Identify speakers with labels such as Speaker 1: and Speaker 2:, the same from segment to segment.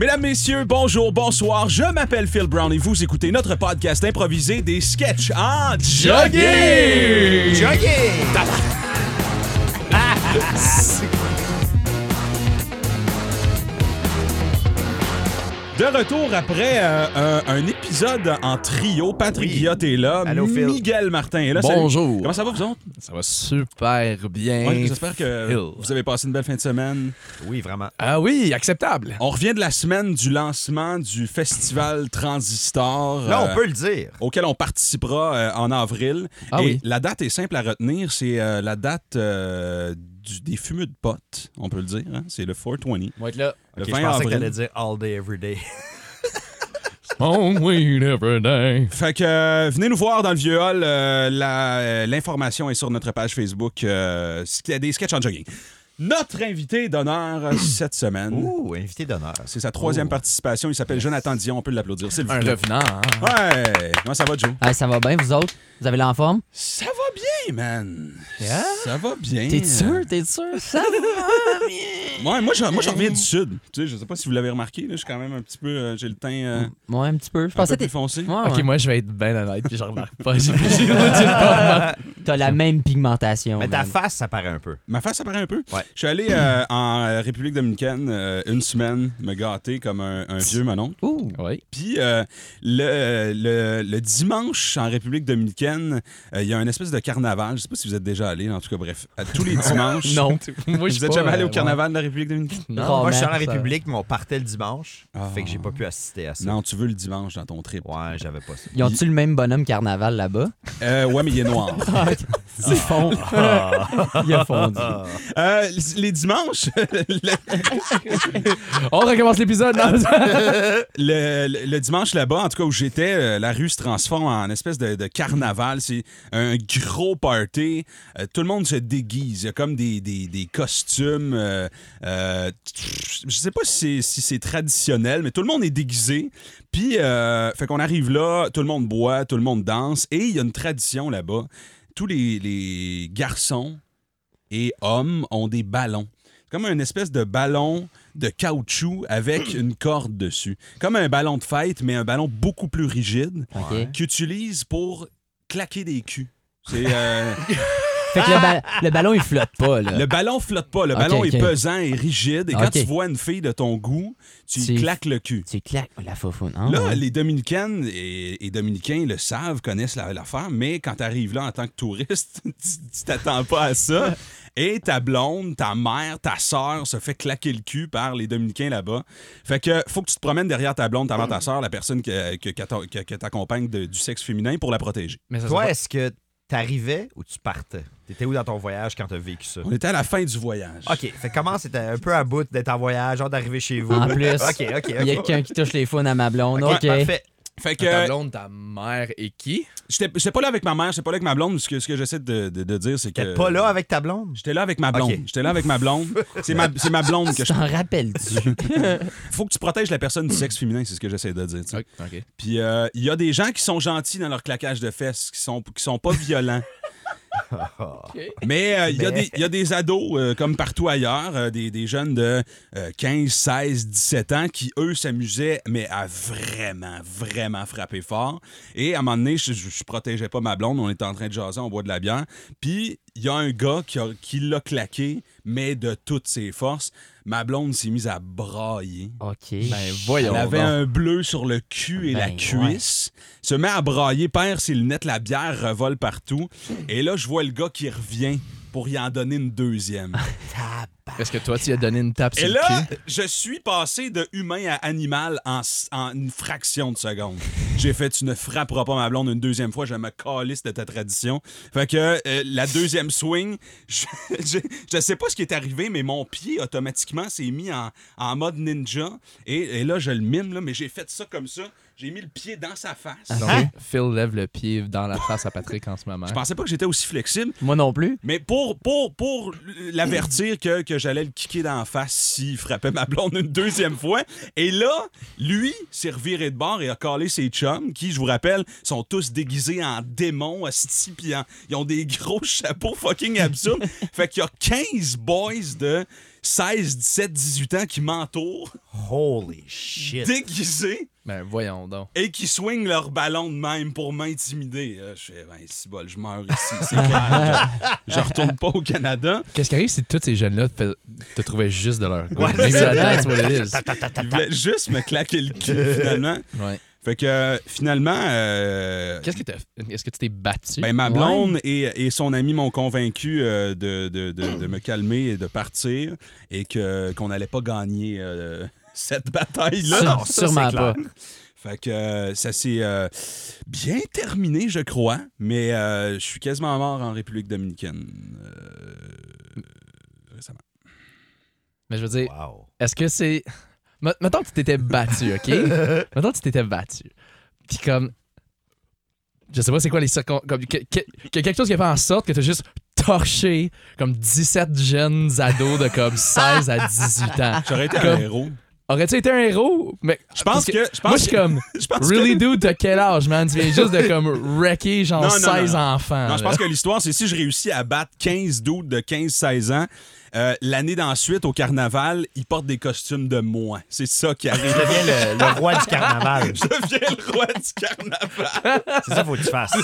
Speaker 1: Mesdames, messieurs, bonjour, bonsoir. Je m'appelle Phil Brown et vous écoutez notre podcast improvisé des sketchs en jogging. De retour après euh, un, un épisode en trio, Patrick
Speaker 2: Oui.
Speaker 1: Guillot est là,
Speaker 2: Allô, Phil.
Speaker 1: Miguel Martin est là. Ah, Salut.
Speaker 3: Bonjour.
Speaker 1: Comment ça va vous autres?
Speaker 3: Ça va super bien.
Speaker 1: Ouais, J'espère que
Speaker 3: Phil.
Speaker 1: vous avez passé une belle fin de semaine.
Speaker 2: Oui, vraiment.
Speaker 3: Ah oui, acceptable.
Speaker 1: On revient de la semaine du lancement du festival Transistor.
Speaker 2: Là,
Speaker 1: euh,
Speaker 2: on peut le dire.
Speaker 1: Auquel on participera euh, en avril.
Speaker 3: Ah
Speaker 1: Et
Speaker 3: oui.
Speaker 1: la date est simple à retenir, c'est euh, la date euh, du- des fumeux de potes, on peut le dire. hein. C'est le 420.
Speaker 3: On va être là.
Speaker 1: Le
Speaker 2: Ok, je
Speaker 1: 20
Speaker 2: pensais que
Speaker 1: avril.
Speaker 2: t'allais dire all day, every day.
Speaker 1: Oh
Speaker 3: On wait every day.
Speaker 1: Fait que euh, venez nous voir dans le vieux hall. euh, la- euh, L'information est sur notre page Facebook. euh, sk- des sketchs en jogging. Notre invité d'honneur euh, cette semaine,
Speaker 2: Ouh, Oh. invité d'honneur.
Speaker 1: c'est sa troisième participation. Il s'appelle Jonathan Dion. On peut l'applaudir, s'il vous
Speaker 3: Un
Speaker 1: plaît.
Speaker 3: revenant. hein.
Speaker 1: Ouais! Comment ça va, Joe?
Speaker 4: Hey, ça va bien, vous autres? Vous avez l'en forme?
Speaker 1: Ça va bien, man!
Speaker 4: Yeah?
Speaker 1: Ça va bien.
Speaker 4: T'es sûr? T'es sûr? Ça va bien.
Speaker 1: Ouais, moi, je, moi, je reviens du Sud. Tu sais, je sais pas si vous l'avez remarqué, là, je suis quand même un petit peu. euh, J'ai le teint euh,
Speaker 4: Ouais, un petit peu. Je
Speaker 1: un
Speaker 4: pensais
Speaker 1: peu
Speaker 4: que
Speaker 1: plus
Speaker 4: t'es.
Speaker 1: foncé.
Speaker 4: Ouais,
Speaker 3: Ok,
Speaker 4: ouais.
Speaker 3: moi je vais être bien honnête puis je remarque pas. J'ai j'ai j'ai pas remarqué.
Speaker 4: T'as la même pigmentation.
Speaker 2: Mais ta
Speaker 4: man.
Speaker 2: face, ça paraît un peu.
Speaker 1: Ma face apparaît un peu.
Speaker 2: Ouais.
Speaker 1: Je suis allé euh, en euh, République dominicaine euh, une semaine me gâter comme un, un vieux manon.
Speaker 4: Ouh!
Speaker 3: Oui.
Speaker 1: Puis euh, le, le, le dimanche en République dominicaine, euh, il y a une espèce de carnaval. Je sais pas si vous êtes déjà allé, en tout cas, bref, à tous les dimanches.
Speaker 3: Non. Moi, je euh,
Speaker 1: vous êtes jamais allé au carnaval de la République dominicaine?
Speaker 4: Oh,
Speaker 2: Moi, je suis
Speaker 4: man,
Speaker 2: dans la
Speaker 4: ça-
Speaker 2: République, mais on partait le dimanche.
Speaker 1: Ah.
Speaker 2: Fait que j'ai pas pu assister à ça.
Speaker 1: Non, tu veux le dimanche dans ton trip.
Speaker 2: Ouais, j'avais pas ça.
Speaker 4: Ils ont-tu le même bonhomme carnaval là-bas?
Speaker 1: Euh, ouais, mais il est noir.
Speaker 4: Ils font. Ah. Il a fondu.
Speaker 1: Euh, les dimanches, le-
Speaker 3: On recommence l'épisode. non?
Speaker 1: Ah, Le, le- le dimanche là-bas, en tout cas où j'étais, euh, la rue se transforme en espèce de, de carnaval. C'est un gros party. Euh, tout le monde se déguise. Il y a comme des, des- des costumes. euh, euh, je sais pas si c'est, si c'est traditionnel, mais tout le monde est déguisé. Puis, euh, fait qu'on arrive là, tout le monde boit, tout le monde danse. Et il y a une tradition là-bas. Tous les, les garçons et hommes ont des ballons. C'est Comme une espèce de ballon de caoutchouc avec une corde dessus. Comme un ballon de fête, mais un ballon beaucoup plus rigide
Speaker 4: OK.
Speaker 1: qu'ils utilisent pour claquer des culs. C'est, euh,
Speaker 4: Fait que le, ba- le ballon, il flotte pas, là.
Speaker 1: le ballon flotte pas, le
Speaker 4: Ok,
Speaker 1: ballon est
Speaker 4: ok. Ah,
Speaker 1: pesant et rigide. Et quand
Speaker 4: Ok.
Speaker 1: tu vois une fille de ton goût, tu y
Speaker 4: Tu-
Speaker 1: claques le cul.
Speaker 4: Tu claques la faufoune.
Speaker 2: Ah
Speaker 4: hein?
Speaker 1: Là,
Speaker 4: Ouais.
Speaker 1: les Dominicaines et, et Dominicains le savent, connaissent la- l'affaire, mais quand t'arrives là en tant que touriste, tu tu t'attends pas à ça. Et ta blonde, ta mère, ta sœur se fait claquer le cul par les Dominicains là-bas. Fait que faut que tu te promènes derrière ta blonde, ta mère, ta sœur, la personne que, que, que- que- que t'accompagne de- du sexe féminin pour la protéger.
Speaker 3: Mais ça, c'est
Speaker 2: Toi,
Speaker 3: pas-
Speaker 2: est-ce que t'arrivais ou tu partais? T'étais où dans ton voyage quand t'as vécu ça?
Speaker 1: On était à la fin du voyage.
Speaker 2: OK, fait que comment c'était un peu à bout d'être en voyage, genre d'arriver chez vous?
Speaker 4: En plus,
Speaker 2: OK, OK, OK.
Speaker 4: il y a quelqu'un qui touche les faunes à ma blonde.
Speaker 2: OK,
Speaker 4: OK.
Speaker 2: parfait.
Speaker 1: Fait
Speaker 3: Ta
Speaker 1: que
Speaker 3: blonde, ta mère et qui?
Speaker 1: j'étais j'étais pas là avec ma mère, j'étais pas là avec ma blonde. Ce que, ce que j'essaie de, de- de dire, c'est que.
Speaker 2: T'étais pas là avec ta blonde?
Speaker 1: J'étais là avec ma blonde.
Speaker 2: Ok.
Speaker 1: J'étais là avec ma blonde. C'est ma, c'est ma blonde
Speaker 4: Tu
Speaker 1: que je
Speaker 4: t'en rappelles-tu?
Speaker 1: faut que tu protèges la personne du sexe féminin, c'est ce que j'essaie de dire. tu sais.
Speaker 3: OK. Ben,
Speaker 1: Puis euh, il y a des gens qui sont gentils dans leur claquage de fesses, qui sont, qui sont pas violents. Mais euh, il y a
Speaker 2: Mais-
Speaker 1: des- il y, a des ados, euh, comme partout ailleurs, euh, des, des jeunes de euh, 15, 16, 17 ans qui, eux, s'amusaient, mais à vraiment, vraiment frapper fort. Et à un moment donné, je, je, je protégeais pas ma blonde, on était en train de jaser, on boit de la bière. Puis il y a un gars qui a- qui l'a claqué, mais de toutes ses forces. Ma blonde s'est mise à brailler.
Speaker 4: OK.
Speaker 3: Ben voyons.
Speaker 1: Elle avait
Speaker 3: donc.
Speaker 1: un bleu sur le cul et la
Speaker 4: Ben,
Speaker 1: cuisse. Se met à brailler, perd ses lunettes, la bière revole partout. Et là, je vois le gars qui revient pour y en donner une deuxième.
Speaker 3: Est-ce que toi, tu as donné une tape sur
Speaker 1: Et
Speaker 3: le
Speaker 1: là,
Speaker 3: cul?
Speaker 1: je suis passé de humain à animal en, s- en une fraction de seconde. J'ai fait tu ne frapperas pas ma blonde une deuxième fois, je me calisse de ta tradition. Fait que euh, la deuxième swing, je, je, je sais pas ce qui est arrivé, mais mon pied automatiquement s'est mis en, en mode ninja. Et, et là, je le mime, là, mais j'ai fait ça comme ça. J'ai mis le pied dans sa face.
Speaker 3: Ah,
Speaker 2: Hein?
Speaker 3: Phil lève le pied dans la face à Patrick en ce moment.
Speaker 1: Je pensais pas que j'étais aussi flexible,
Speaker 4: Moi non plus.
Speaker 1: mais pour, pour, pour l'avertir que, que j'allais le kicker dans la face s'il frappait ma blonde une deuxième fois. Et là, lui s'est reviré de bord et a collé ses chums, qui, je vous rappelle, sont tous déguisés en démons, hostie, pis en- Ils ont des gros chapeaux fucking absurdes. fait qu'il y a 15 boys de 16, 17, 18 ans qui m'entourent,
Speaker 2: Holy shit.
Speaker 1: déguisés,
Speaker 3: Ben voyons donc.
Speaker 1: et qui swingent leur ballon de même pour m'intimider. Là, Je fais, ben, si bol, je meurs ici, c'est clair. je, je retourne pas au Canada.
Speaker 3: Qu'est-ce qui arrive si tous ces jeunes-là te, te trouvaient juste de leur goût?
Speaker 2: Ouais,
Speaker 3: Maybe
Speaker 2: c'est
Speaker 3: that-
Speaker 2: ça.
Speaker 3: that's what it is.
Speaker 1: Il voulait juste me claquer le cul, finalement.
Speaker 3: Ouais.
Speaker 1: Fait que euh, finalement, euh,
Speaker 3: Qu'est-ce que t'as fait? Est-ce que tu t'es battu?
Speaker 1: ben, ma blonde et, et son ami m'ont convaincu euh, de, de- de- de me calmer et de partir et que, qu'on n'allait pas gagner euh, cette bataille-là.
Speaker 3: Sûre-
Speaker 1: Non, ça,
Speaker 3: sûrement
Speaker 1: c'est clair.
Speaker 3: pas.
Speaker 1: Fait que euh, ça s'est euh, bien terminé, je crois, mais euh, je suis quasiment mort en République dominicaine. euh, récemment.
Speaker 3: Mais je veux dire,
Speaker 2: Wow.
Speaker 3: est-ce que c'est. M- Mettons que tu t'étais battu, OK? Mettons que tu t'étais battu. Puis comme. Je sais pas c'est quoi les circon... Comme, que- que- que quelque chose qui a fait en sorte que t'as juste torché comme 17 jeunes ados de comme 16 à 18 ans.
Speaker 1: J'aurais été un
Speaker 3: Comme-
Speaker 1: héros.
Speaker 3: Aurais-tu été un héros? Mais
Speaker 1: Je pense
Speaker 3: parce
Speaker 1: que. je pense
Speaker 3: Moi, je suis
Speaker 1: que-
Speaker 3: comme.
Speaker 1: je pense que-
Speaker 3: Really, dude, t'as quel âge, man? Tu viens juste de comme wrecker genre
Speaker 1: Non, non,
Speaker 3: 16
Speaker 1: non, non. Non,
Speaker 3: enfants.
Speaker 1: je
Speaker 3: Hein, là.
Speaker 1: pense que l'histoire, c'est si je réussis à battre 15 doutes de 15-16 ans, euh, l'année d'ensuite, au carnaval, ils portent des costumes de moi. C'est ça qui arrive.
Speaker 2: Je deviens le, le roi du carnaval.
Speaker 1: je deviens le roi du carnaval.
Speaker 2: C'est ça qu'il faut que tu fasses.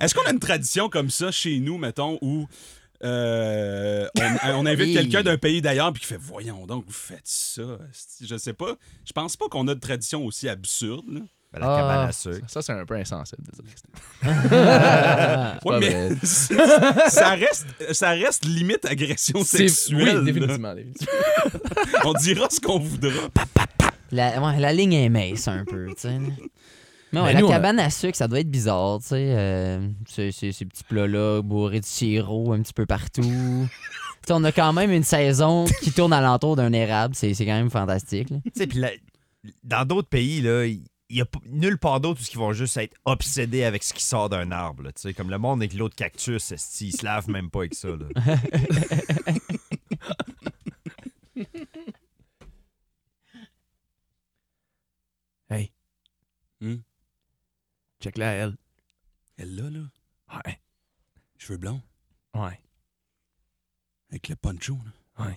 Speaker 1: Est-ce qu'on a une tradition comme ça chez nous, mettons, où euh, on, on invite
Speaker 3: Oui.
Speaker 1: quelqu'un d'un pays d'ailleurs puis qui fait Voyons donc, vous faites ça. esti. Je sais pas. Je pense pas qu'on a de tradition aussi absurde. là.
Speaker 2: Ben, la
Speaker 3: Ah,
Speaker 2: cabane à
Speaker 3: ça,
Speaker 2: sucre.
Speaker 3: ça, c'est un peu insensible de dire que c'était- Ah, C'est
Speaker 1: Ouais,
Speaker 3: pas
Speaker 1: mais
Speaker 3: vrai.
Speaker 1: ça reste, ça reste limite agression
Speaker 3: C'est-
Speaker 1: sexuelle.
Speaker 3: Oui,
Speaker 1: là.
Speaker 3: définitivement. définitivement.
Speaker 1: on dira ce qu'on voudra.
Speaker 5: La, ouais, la ligne est mince un peu, tu sais. là. Mais ouais,
Speaker 3: Ben,
Speaker 5: la
Speaker 3: nous, on a-
Speaker 5: cabane à sucre, ça doit être bizarre, tu sais. euh, ces, ces- ces petits plats-là, bourrés de sirop un petit peu partout. tu sais, on a quand même une saison qui tourne alentour d'un érable, c'est c'est quand même fantastique. là.
Speaker 2: Tu sais, puis la- dans d'autres pays, là, il n'y a p- nulle part d'autre où ils vont juste être obsédés avec ce qui sort d'un arbre. là, tu sais, comme le monde avec l'autre cactus, esti, ils se lavent même pas avec ça. là.
Speaker 3: Check-la, elle.
Speaker 1: Elle là, là.
Speaker 3: Ouais.
Speaker 1: Cheveux blonds,
Speaker 3: Ouais.
Speaker 1: avec le poncho. là.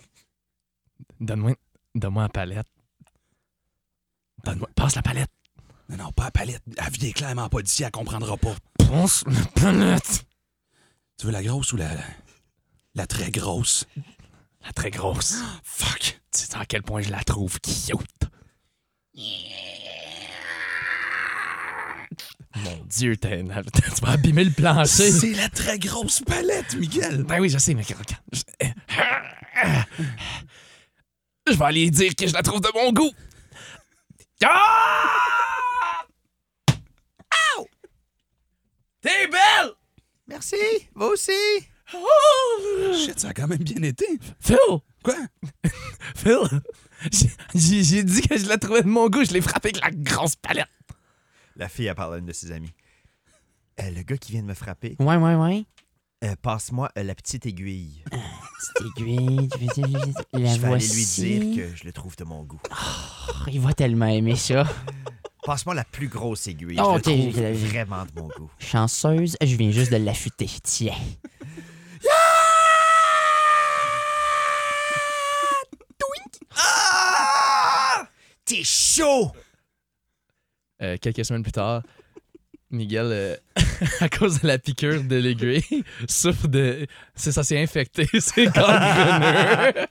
Speaker 3: Donne-moi donne-moi la palette. Donne-moi. Passe la palette.
Speaker 1: Non, non, pas la palette. Elle vient clairement pas d'ici, elle comprendra pas.
Speaker 3: Pense la palette.
Speaker 1: Tu veux la grosse ou la. La très grosse?
Speaker 3: La très grosse.
Speaker 1: Fuck!
Speaker 3: Tu sais à quel point je la trouve cute. Mon Dieu, t'es- tu vas abîmer le plancher.
Speaker 1: C'est la très grosse palette, Miguel!
Speaker 3: Ben oui, je sais, mais regarde. Je, je vais aller dire que je la trouve de bon goût. Ah! Ow! T'es belle!
Speaker 2: Merci, vous aussi.
Speaker 3: Oh!
Speaker 1: Shit, ça a quand même bien été.
Speaker 3: Phil!
Speaker 1: Quoi?
Speaker 3: Phil! J'ai- J'ai j'ai dit que je la trouvais de mon goût, je l'ai frappé avec la grosse palette.
Speaker 2: La fille, elle parle à une de ses amies. Euh, le gars qui vient de me frapper,
Speaker 5: Ouais, ouais, ouais.
Speaker 2: euh, passe-moi euh, la petite aiguille.
Speaker 5: Petite aiguille, tu veux dire, la
Speaker 2: je vais aller lui
Speaker 5: voici.
Speaker 2: dire que je le trouve de mon goût.
Speaker 5: Oh, il va tellement aimer ça.
Speaker 2: Passe-moi la plus grosse aiguille.
Speaker 5: Ah,
Speaker 2: je
Speaker 5: ok,
Speaker 2: le trouve
Speaker 5: ok.
Speaker 2: vraiment de mon goût.
Speaker 5: Chanceuse, je viens juste de l'affûter. Tiens.
Speaker 2: Ah! T'es chaud!
Speaker 3: Euh, quelques semaines plus tard, Miguel, euh, à cause de la piqûre de l'aiguille, souffre de. C'est ça, s'est infecté, c'est gangreneux.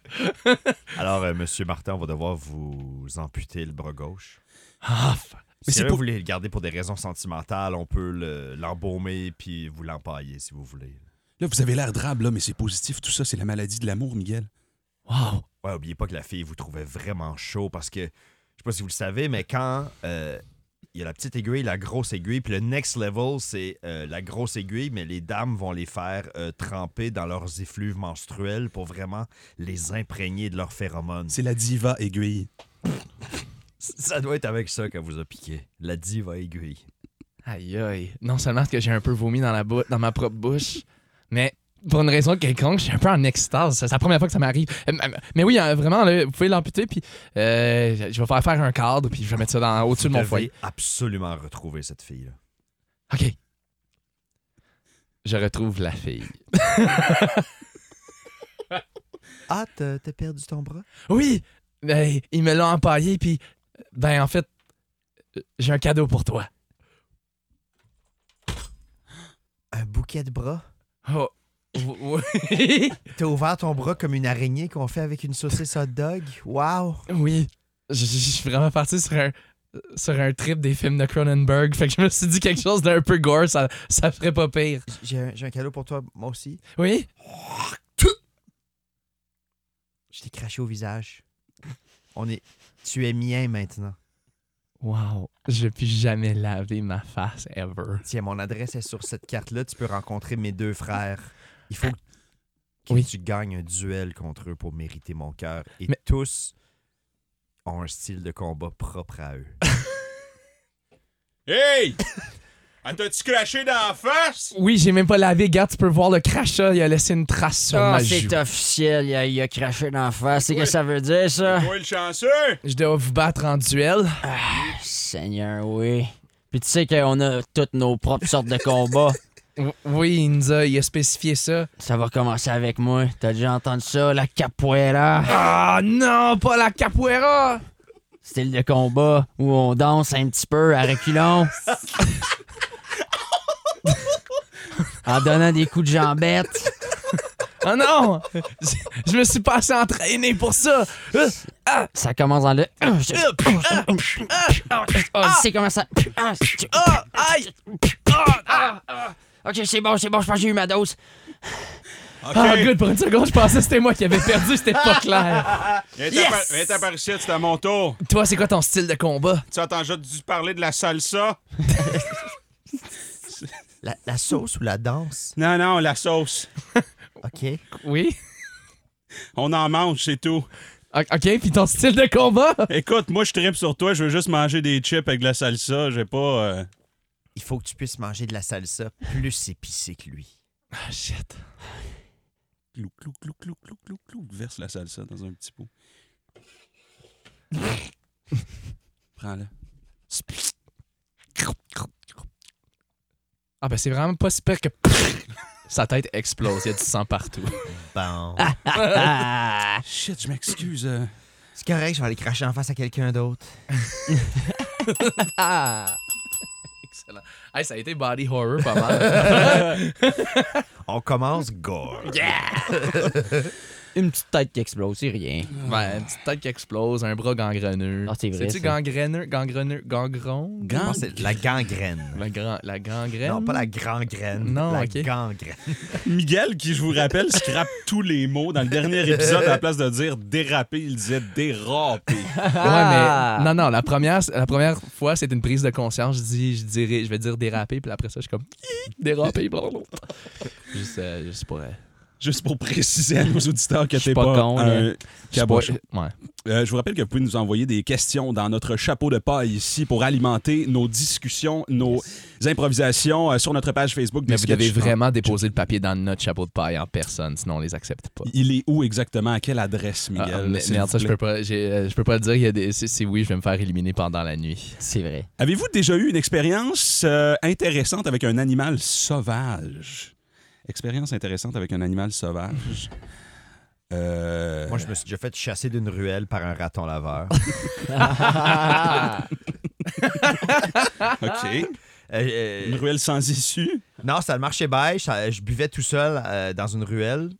Speaker 2: Alors, euh, Monsieur Martin, on va devoir vous amputer le bras gauche.
Speaker 3: Ah, fuck.
Speaker 1: Mais
Speaker 2: si
Speaker 1: c'est
Speaker 2: jamais
Speaker 1: pour-
Speaker 2: vous voulez le garder pour des raisons sentimentales, on peut le- l'embaumer puis vous l'empailler si vous voulez.
Speaker 1: Là, vous avez l'air drabe, là, mais c'est positif. Tout ça, c'est la maladie de l'amour, Miguel.
Speaker 3: Wow!
Speaker 2: Ouais, oubliez pas que la fille vous trouvait vraiment chaud parce que, je sais pas si vous le savez, mais quand euh, il y a la petite aiguille, la grosse aiguille, puis le next level, c'est euh, la grosse aiguille, mais les dames vont les faire euh, tremper dans leurs effluves menstruels pour vraiment les imprégner de leurs phéromones.
Speaker 1: C'est la diva aiguille.
Speaker 2: Ça doit être avec ça qu'elle vous a piqué. La diva aiguille.
Speaker 3: Aïe aïe. Non seulement que j'ai un peu vomi dans, la bou- dans ma propre bouche, mais pour une raison quelconque, je suis un peu en extase. C'est la première fois que ça m'arrive. Euh, m- Mais oui, euh, vraiment, là, vous pouvez l'amputer, puis euh, je vais faire faire un cadre, puis je vais mettre ça dans, au-dessus de mon
Speaker 2: Vous devez
Speaker 3: foyer.
Speaker 2: absolument retrouver cette fille-là.
Speaker 3: OK. Je retrouve la fille.
Speaker 2: Ah, t'as t'as perdu ton bras?
Speaker 3: Oui! Ben, ils me l'ont empaillé, puis ben en fait, euh, j'ai un cadeau pour toi.
Speaker 2: Un bouquet de bras?
Speaker 3: Oh. Oui!
Speaker 2: T'as ouvert ton bras comme une araignée qu'on fait avec une saucisse hot dog? Wow!
Speaker 3: Oui. Je je- je suis vraiment parti sur un, sur un trip des films de Cronenberg. Fait que je me suis dit quelque chose d'un peu gore, ça, ça ferait pas pire.
Speaker 2: J'ai un, j'ai un cadeau pour toi, moi aussi.
Speaker 3: Oui?
Speaker 2: Je t'ai craché au visage. On est... Tu es mien maintenant.
Speaker 3: Wow. Je vais plus jamais laver ma face ever.
Speaker 2: Tiens, mon adresse est sur cette carte-là. Tu peux rencontrer mes deux frères. Il faut que
Speaker 3: Oui.
Speaker 2: tu gagnes un duel contre eux pour mériter mon cœur. Et
Speaker 3: Mais-
Speaker 2: tous ont un style de combat propre à eux.
Speaker 1: Hey! Elle t'a-tu craché dans la face?
Speaker 3: Oui, j'ai même pas lavé. Garde, tu peux voir le crachat. Il a laissé une trace sur
Speaker 5: Ah,
Speaker 3: ma joue.
Speaker 5: c'est officiel, il a, il a craché dans la face. C'est que ça veut dire, ça?
Speaker 1: Toi, le chanceux!
Speaker 3: Je dois vous battre en duel.
Speaker 5: Seigneur, oui. Puis tu sais qu'on a toutes nos propres sortes de combats.
Speaker 3: O- Oui, il nous a, il a spécifié ça.
Speaker 5: Ça va commencer avec moi. T'as déjà entendu ça, la capoeira?
Speaker 3: Ah non, pas la capoeira!
Speaker 5: Style de combat où on danse un petit peu à reculons. en donnant des coups de jambette.
Speaker 3: Ah non! Je, je me suis pas assez entraîné pour ça! Ah,
Speaker 5: Ça commence dans le. Oh, tu sais comment ça.
Speaker 3: ah, aïe! Ah, ah.
Speaker 5: Ok, c'est bon, c'est bon, je pense que j'ai eu ma dose.
Speaker 1: Ok,
Speaker 3: Ah, good, pour une seconde, je pensais que c'était moi qui avais perdu, c'était pas clair.
Speaker 1: viens
Speaker 3: Yes!
Speaker 1: t'appar- viens t'appar ici, c'est à mon tour.
Speaker 3: Toi, c'est quoi ton style de combat?
Speaker 1: Tu entends déjà dû parler de la salsa?
Speaker 2: La, la sauce ou la danse?
Speaker 1: Non, non, la sauce.
Speaker 2: OK.
Speaker 3: Oui.
Speaker 1: On en mange, c'est tout.
Speaker 3: Ok, puis ton style de combat?
Speaker 1: Écoute, moi, je tripe sur toi. Je veux juste manger des chips avec de la salsa. J'ai pas... euh,
Speaker 2: Il faut que tu puisses manger de la salsa plus épicée que lui.
Speaker 3: Ah, shit.
Speaker 1: Clou, clou, clou, clou, clou, clou, clou. Verse la salsa dans un petit pot. Prends-la.
Speaker 3: Ah, ben c'est vraiment pas si pire que. Sa tête explose, il y a du sang partout.
Speaker 2: Bon.
Speaker 5: Ah,
Speaker 1: Shit, je m'excuse. euh.
Speaker 2: C'est correct, je vais aller cracher en face à quelqu'un d'autre.
Speaker 5: ah.
Speaker 3: Excellent. Hey, ça a été body horror pas mal.
Speaker 2: On commence gore.
Speaker 5: Une petite tête qui explose, c'est rien.
Speaker 3: ben, une petite tête qui explose, un bras gangreneux.
Speaker 5: Ah, c'est vrai,
Speaker 3: tu
Speaker 5: ça.
Speaker 3: gangreneux, gangreneux, gangron?
Speaker 2: Je pense que c'est la gangrène.
Speaker 3: La, grand, la gangrène?
Speaker 2: Non, pas la gangrène.
Speaker 3: Non,
Speaker 2: la
Speaker 3: ok.
Speaker 2: gangrène.
Speaker 1: Miguel, qui, je vous rappelle, scrape tous les mots. Dans le dernier épisode, à la place de dire déraper, il disait déraper.
Speaker 3: Ouais, mais
Speaker 5: Ah.
Speaker 3: non, non, la première, la première fois, c'est une prise de conscience. Je dis, je dirais, je vais dire déraper, puis après ça, je suis comme déraper, blablabla. Juste, euh, juste pour. euh,
Speaker 1: Juste pour préciser à nos auditeurs que
Speaker 5: Je suis
Speaker 1: t'es pas,
Speaker 5: pas con,
Speaker 1: un
Speaker 5: là.
Speaker 1: cabochon.
Speaker 3: juste pour- Ouais.
Speaker 1: Euh, je vous rappelle que vous pouvez nous envoyer des questions dans notre chapeau de paille ici pour alimenter nos discussions, nos improvisations euh, sur notre page Facebook. des
Speaker 3: Mais vous devez
Speaker 1: sketchs.
Speaker 3: vraiment déposer le papier dans notre chapeau de paille en personne, sinon on les accepte pas.
Speaker 1: Il est où exactement? À quelle adresse,
Speaker 3: Ah,
Speaker 1: Miguel?
Speaker 3: ah, mais-
Speaker 1: s'il
Speaker 3: merde,
Speaker 1: vous
Speaker 3: ça, je
Speaker 1: plaît?
Speaker 3: peux pas, j'ai, euh, je peux pas le dire. il y a des- si, si oui, je vais me faire éliminer pendant la nuit.
Speaker 5: C'est vrai.
Speaker 1: Avez-vous déjà eu une expérience euh, intéressante avec un animal sauvage? Expérience intéressante avec un animal sauvage. Euh,
Speaker 2: Moi, je me suis déjà fait chasser d'une ruelle par un raton laveur.
Speaker 5: Ah!
Speaker 1: OK.
Speaker 2: Euh, euh,
Speaker 1: Une ruelle sans issue.
Speaker 2: non, ça le marchait beige. ça- je buvais tout seul euh, dans une ruelle.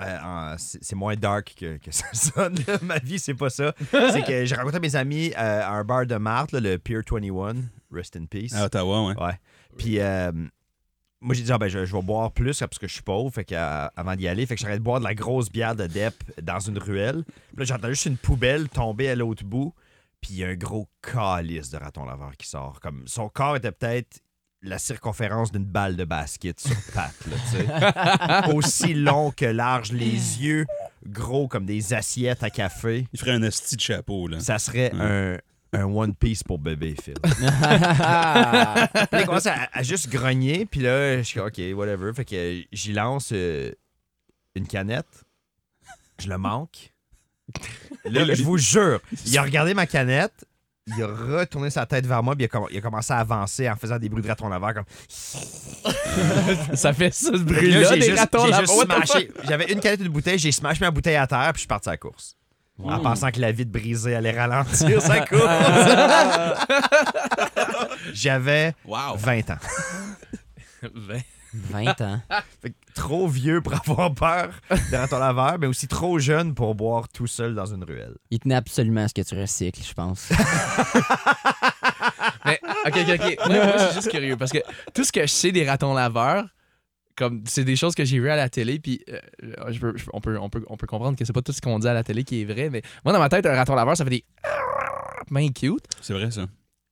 Speaker 2: Euh, en- c'est c'est moins dark que, que ça sonne. là. Ma vie, c'est pas ça. C'est que j'ai rencontré mes amis euh, à un bar de Marthe, là, le Pier 21. Rest in peace.
Speaker 1: À Ottawa, ouais.
Speaker 2: Ouais. Puis euh, moi, j'ai dit, ah, ben, je, je vais boire plus parce que je suis pauvre. Fait que, euh, avant d'y aller, fait que j'arrête de boire de la grosse bière de DEP dans une ruelle. Puis là, j'entends juste une poubelle tomber à l'autre bout. Puis il y a un gros calice de raton laveur qui sort. Comme son corps était peut-être la circonférence d'une balle de basket sur patte, là, tu sais. Aussi long que large, les yeux gros comme des assiettes à café.
Speaker 1: Il ferait un esti de chapeau, là.
Speaker 2: Ça serait un, un One Piece pour bébé, Phil.
Speaker 5: Ah.
Speaker 2: Puis là, il commence à, à juste grogner, puis là, je suis comme, OK, whatever. Fait que j'y lance euh, une canette. Je le manque. Là,
Speaker 1: Et là,
Speaker 2: je vous jure, il a regardé ma canette, il a retourné sa tête vers moi, puis il a, comm- il a commencé à avancer en faisant des bruits de raton laveur. Comme...
Speaker 3: ça fait ça, ce
Speaker 2: Puis là,
Speaker 3: bruit-là,
Speaker 2: j'ai
Speaker 3: des
Speaker 2: juste,
Speaker 3: ratons
Speaker 2: j'ai
Speaker 3: là
Speaker 2: juste smashé. J'avais une canette et une bouteille, j'ai smashé ma bouteille à terre, puis je suis parti à la course. En pensant que la vitre brisée allait ralentir sa course. J'avais
Speaker 1: Wow.
Speaker 2: 20 ans.
Speaker 5: 20 ans.
Speaker 2: Fait que trop vieux pour avoir peur dans ton laveur, mais aussi trop jeune pour boire tout seul dans une ruelle.
Speaker 5: Il tenait absolument à ce que tu recycles, je pense.
Speaker 3: Mais, ok, ok, ok. Moi, moi, je suis juste curieux parce que tout ce que je sais des ratons laveurs, comme c'est des choses que j'ai vues à la télé, puis euh, je peux- je peux- on, peut, on, peut, on peut comprendre que c'est pas tout ce qu'on dit à la télé qui est vrai, mais moi, dans ma tête, un raton laveur, ça fait des. mains cute.
Speaker 1: C'est vrai, ça.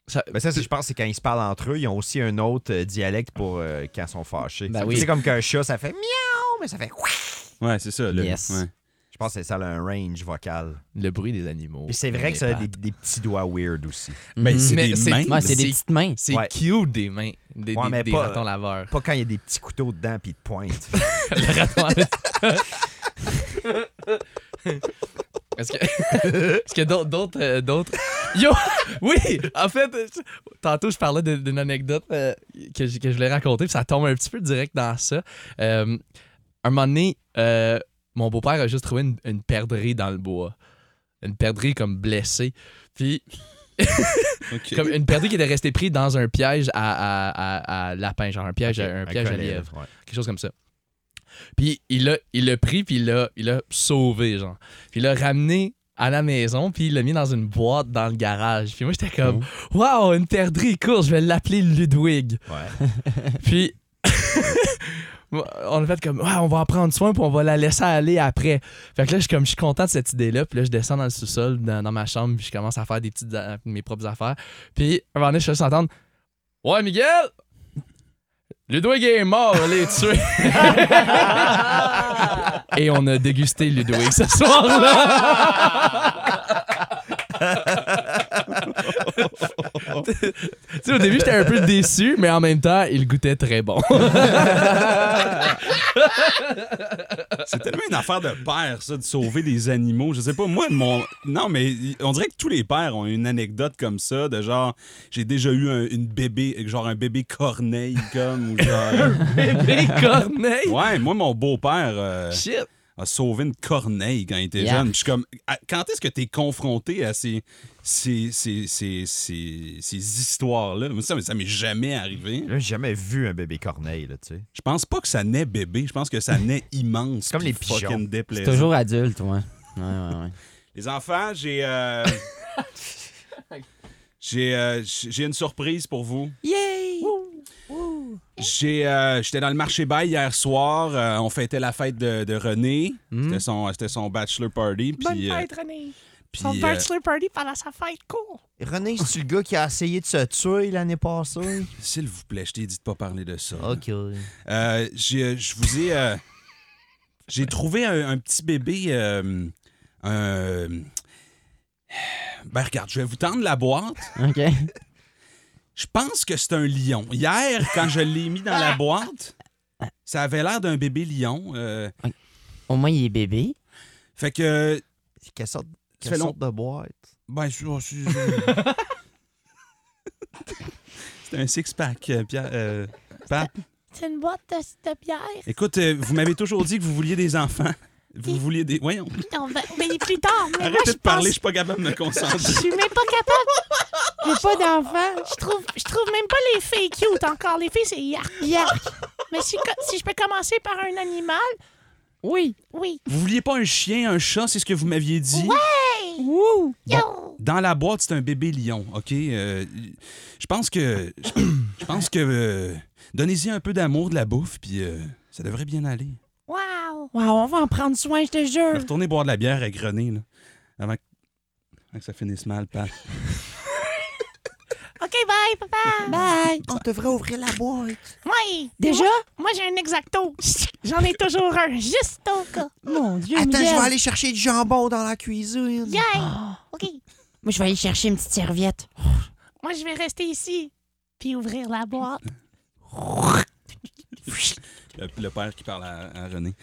Speaker 3: Ça-
Speaker 2: Mais ça, c'est- je pense, c'est quand ils se parlent entre eux, ils ont aussi un autre euh, dialecte pour euh, quand ils sont fâchés.
Speaker 5: Ben
Speaker 2: c'est
Speaker 5: oui.
Speaker 2: c'est comme qu'un chat, ça fait miaou, mais ça fait ouah.
Speaker 1: Ouais, c'est ça. le-
Speaker 5: Yes.
Speaker 1: ouais.
Speaker 2: Je pense que ça a un range vocal.
Speaker 3: le bruit des animaux.
Speaker 2: Puis c'est vrai que ça a des, des petits doigts weird aussi.
Speaker 1: Ben, c'est
Speaker 3: Mais
Speaker 1: des
Speaker 3: c'est-
Speaker 1: mains.
Speaker 5: Mmh. Ouais, c'est des
Speaker 3: C'est-
Speaker 5: petites mains.
Speaker 3: C'est
Speaker 2: Ouais.
Speaker 3: cute des mains, des,
Speaker 2: Ouais,
Speaker 3: des-
Speaker 2: mais
Speaker 3: des
Speaker 2: pas-
Speaker 3: ratons laveurs.
Speaker 2: Pas quand il y a des petits couteaux dedans puis de pointe.
Speaker 3: Le raton laveur. Est-ce que, est-ce que d'autres, d'autres, euh, d'autres- Yo, oui, en fait, euh, tantôt je parlais de- d'une anecdote euh, que, je- que je voulais raconter, puis ça tombe un petit peu direct dans ça. Euh, un moment donné, euh, mon beau-père a juste trouvé une, une perdrix dans le bois, une perdrix comme blessée, puis
Speaker 1: Ok.
Speaker 3: comme une perdrix qui était restée prise dans un piège à, à- à- à lapin, genre un piège, à- un
Speaker 2: Un
Speaker 3: piège à
Speaker 2: colère,
Speaker 3: lièvre
Speaker 2: ouais.
Speaker 3: quelque chose comme ça. Puis il l'a il l'a pris, puis il l'a il l'a sauvé, genre. Puis il l'a ramené à la maison, puis il l'a mis dans une boîte dans le garage. Puis moi, j'étais comme, waouh, une perdrix, cool, je vais l'appeler Ludwig.
Speaker 2: Ouais.
Speaker 3: Puis on a fait comme, ouais, on va en prendre soin, puis on va la laisser aller après. Fait que là, je suis comme, je suis content de cette idée-là. Puis là, je descends dans le sous-sol, dans, dans ma chambre, puis je commence à faire des petites, a- mes propres affaires. Puis un moment donné, je suis juste entendre, ouais, Miguel, Ludwig est mort, les tué. Et on a dégusté Ludwig ce soir-là. tu sais, au début, j'étais un peu déçu, mais en même temps, il goûtait très bon.
Speaker 1: C'est tellement une affaire de père, ça, de sauver des animaux. Je sais pas, moi, de mon. Non, mais on dirait que tous les pères ont une anecdote comme ça, de genre, j'ai déjà eu un- une bébé, genre un bébé corneille, comme, ou genre.
Speaker 3: Bébé corneille!
Speaker 1: Ouais, moi, mon beau-père euh,
Speaker 3: Shit!
Speaker 1: a sauvé une corneille quand il était
Speaker 5: Yeah.
Speaker 1: jeune. Je suis comme, à- quand est-ce que t'es confronté à ces, ces, ces, ces, ces, ces histoires-là? Moi, Ça, ça m'est jamais arrivé.
Speaker 2: Là, j'ai jamais vu un bébé corneille, là, tu sais.
Speaker 1: Je pense pas que ça naît bébé, je pense que ça naît immense.
Speaker 2: Comme
Speaker 1: puis
Speaker 2: les pigeons.
Speaker 1: fucking
Speaker 5: C'est
Speaker 1: déplaisant.
Speaker 5: toujours adulte, ouais. Ouais, ouais, ouais.
Speaker 1: Les enfants, j'ai. euh, j'ai, euh, j- j'ai une surprise pour vous.
Speaker 5: Yay!
Speaker 1: J'ai, euh, j'étais dans le marché bail hier soir. euh, on fêtait la fête de, de René. C'était, son, c'était son bachelor party. Puis, euh,
Speaker 6: René.
Speaker 1: puis,
Speaker 6: Son
Speaker 1: euh,
Speaker 6: bachelor party pendant sa fête, cool.
Speaker 2: René, c'est le gars qui a essayé de se tuer l'année passée?
Speaker 1: s'il vous plaît, je t'ai dit de pas parler de ça.
Speaker 2: OK.
Speaker 1: Euh, j'ai- je vous ai. euh, j'ai trouvé un, un petit bébé. euh, euh, ben, regarde, je vais vous tendre la boîte.
Speaker 5: OK.
Speaker 1: Je pense que c'est un lion. Hier, quand je l'ai mis dans la boîte, ça avait l'air d'un bébé lion. euh,
Speaker 5: Au moins, il est bébé.
Speaker 1: fait que.
Speaker 2: Quelle sorte,
Speaker 1: Ça fait
Speaker 2: quelle sorte de boîte?
Speaker 1: Ben, je- oh, je- je- c'est un six-pack, euh, Pierre. euh, Pat.
Speaker 6: C'est une boîte de, de bière.
Speaker 1: Écoute, euh, vous m'avez toujours dit que vous vouliez des enfants. Vous vouliez des. Voyons.
Speaker 6: Non, ben, mais plus tard. Mais moi,
Speaker 1: Arrêtez
Speaker 6: je
Speaker 1: de parler, je
Speaker 6: pense-
Speaker 1: suis pas capable de me
Speaker 6: Je
Speaker 1: concentrer.
Speaker 6: suis même pas capable. J'ai pas d'enfant. Je trouve, je trouve même pas les filles cute encore. Les filles, c'est yark, yark. Mais si, co- si je peux commencer par un animal,
Speaker 5: Oui.
Speaker 6: oui.
Speaker 1: Vous vouliez pas un chien, un chat, c'est ce que vous m'aviez dit?
Speaker 6: Hey! Yo!
Speaker 1: Dans la boîte, c'est un bébé lion, OK? Euh, je pense que. Je je pense que. euh, Donnez-y un peu d'amour, de la bouffe, puis euh, ça devrait bien aller.
Speaker 6: Wow! Wow, on va en prendre soin, je te
Speaker 1: Je vais
Speaker 6: jure.
Speaker 1: retourner boire de la bière avec René, là. Avant que, avant que ça finisse mal, Pat.
Speaker 6: OK, bye, papa. Bye.
Speaker 2: On devrait ouvrir la boîte.
Speaker 6: Oui.
Speaker 7: Déjà?
Speaker 6: Moi, moi, j'ai un exacto. J'en ai toujours un, juste au cas.
Speaker 7: Mon Dieu,
Speaker 2: Attends,
Speaker 7: Miguel.
Speaker 2: je vais aller chercher du jambon dans la cuisine.
Speaker 6: Yay! OK.
Speaker 5: Ah. Moi, je vais aller chercher une petite serviette.
Speaker 6: Moi, je vais rester ici. Puis ouvrir la boîte.
Speaker 1: Le, le père qui parle à, à René.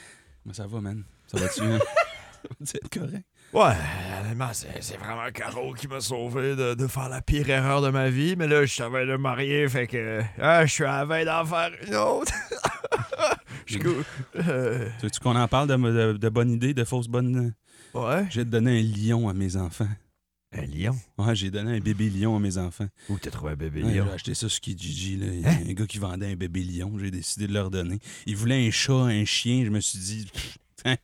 Speaker 1: Comment ça va, man? Ça va-tu? hein? Ça va-tu être correct?
Speaker 2: Ouais, honnêtement, c'est c'est vraiment Caro qui m'a sauvé de, de faire la pire erreur de ma vie, mais là, je savais de me marier, fait que ah, je suis à la veille d'en faire une autre. Je suis cou- euh,
Speaker 1: Tu veux-tu qu'on en parle de, de, de bonnes idées, de fausses bonnes. euh?
Speaker 2: ouais.
Speaker 1: J'ai donné un lion à mes enfants.
Speaker 2: Un lion.
Speaker 1: Ouais, j'ai donné un bébé lion à mes enfants.
Speaker 2: Où t'as trouvé un bébé
Speaker 1: Ouais,
Speaker 2: lion?
Speaker 1: j'ai acheté ça sur Kijiji. Là. Il y a Un gars qui vendait un bébé lion. J'ai décidé de leur donner. Ils voulaient un chat, un chien. Je me suis dit, pff, hein.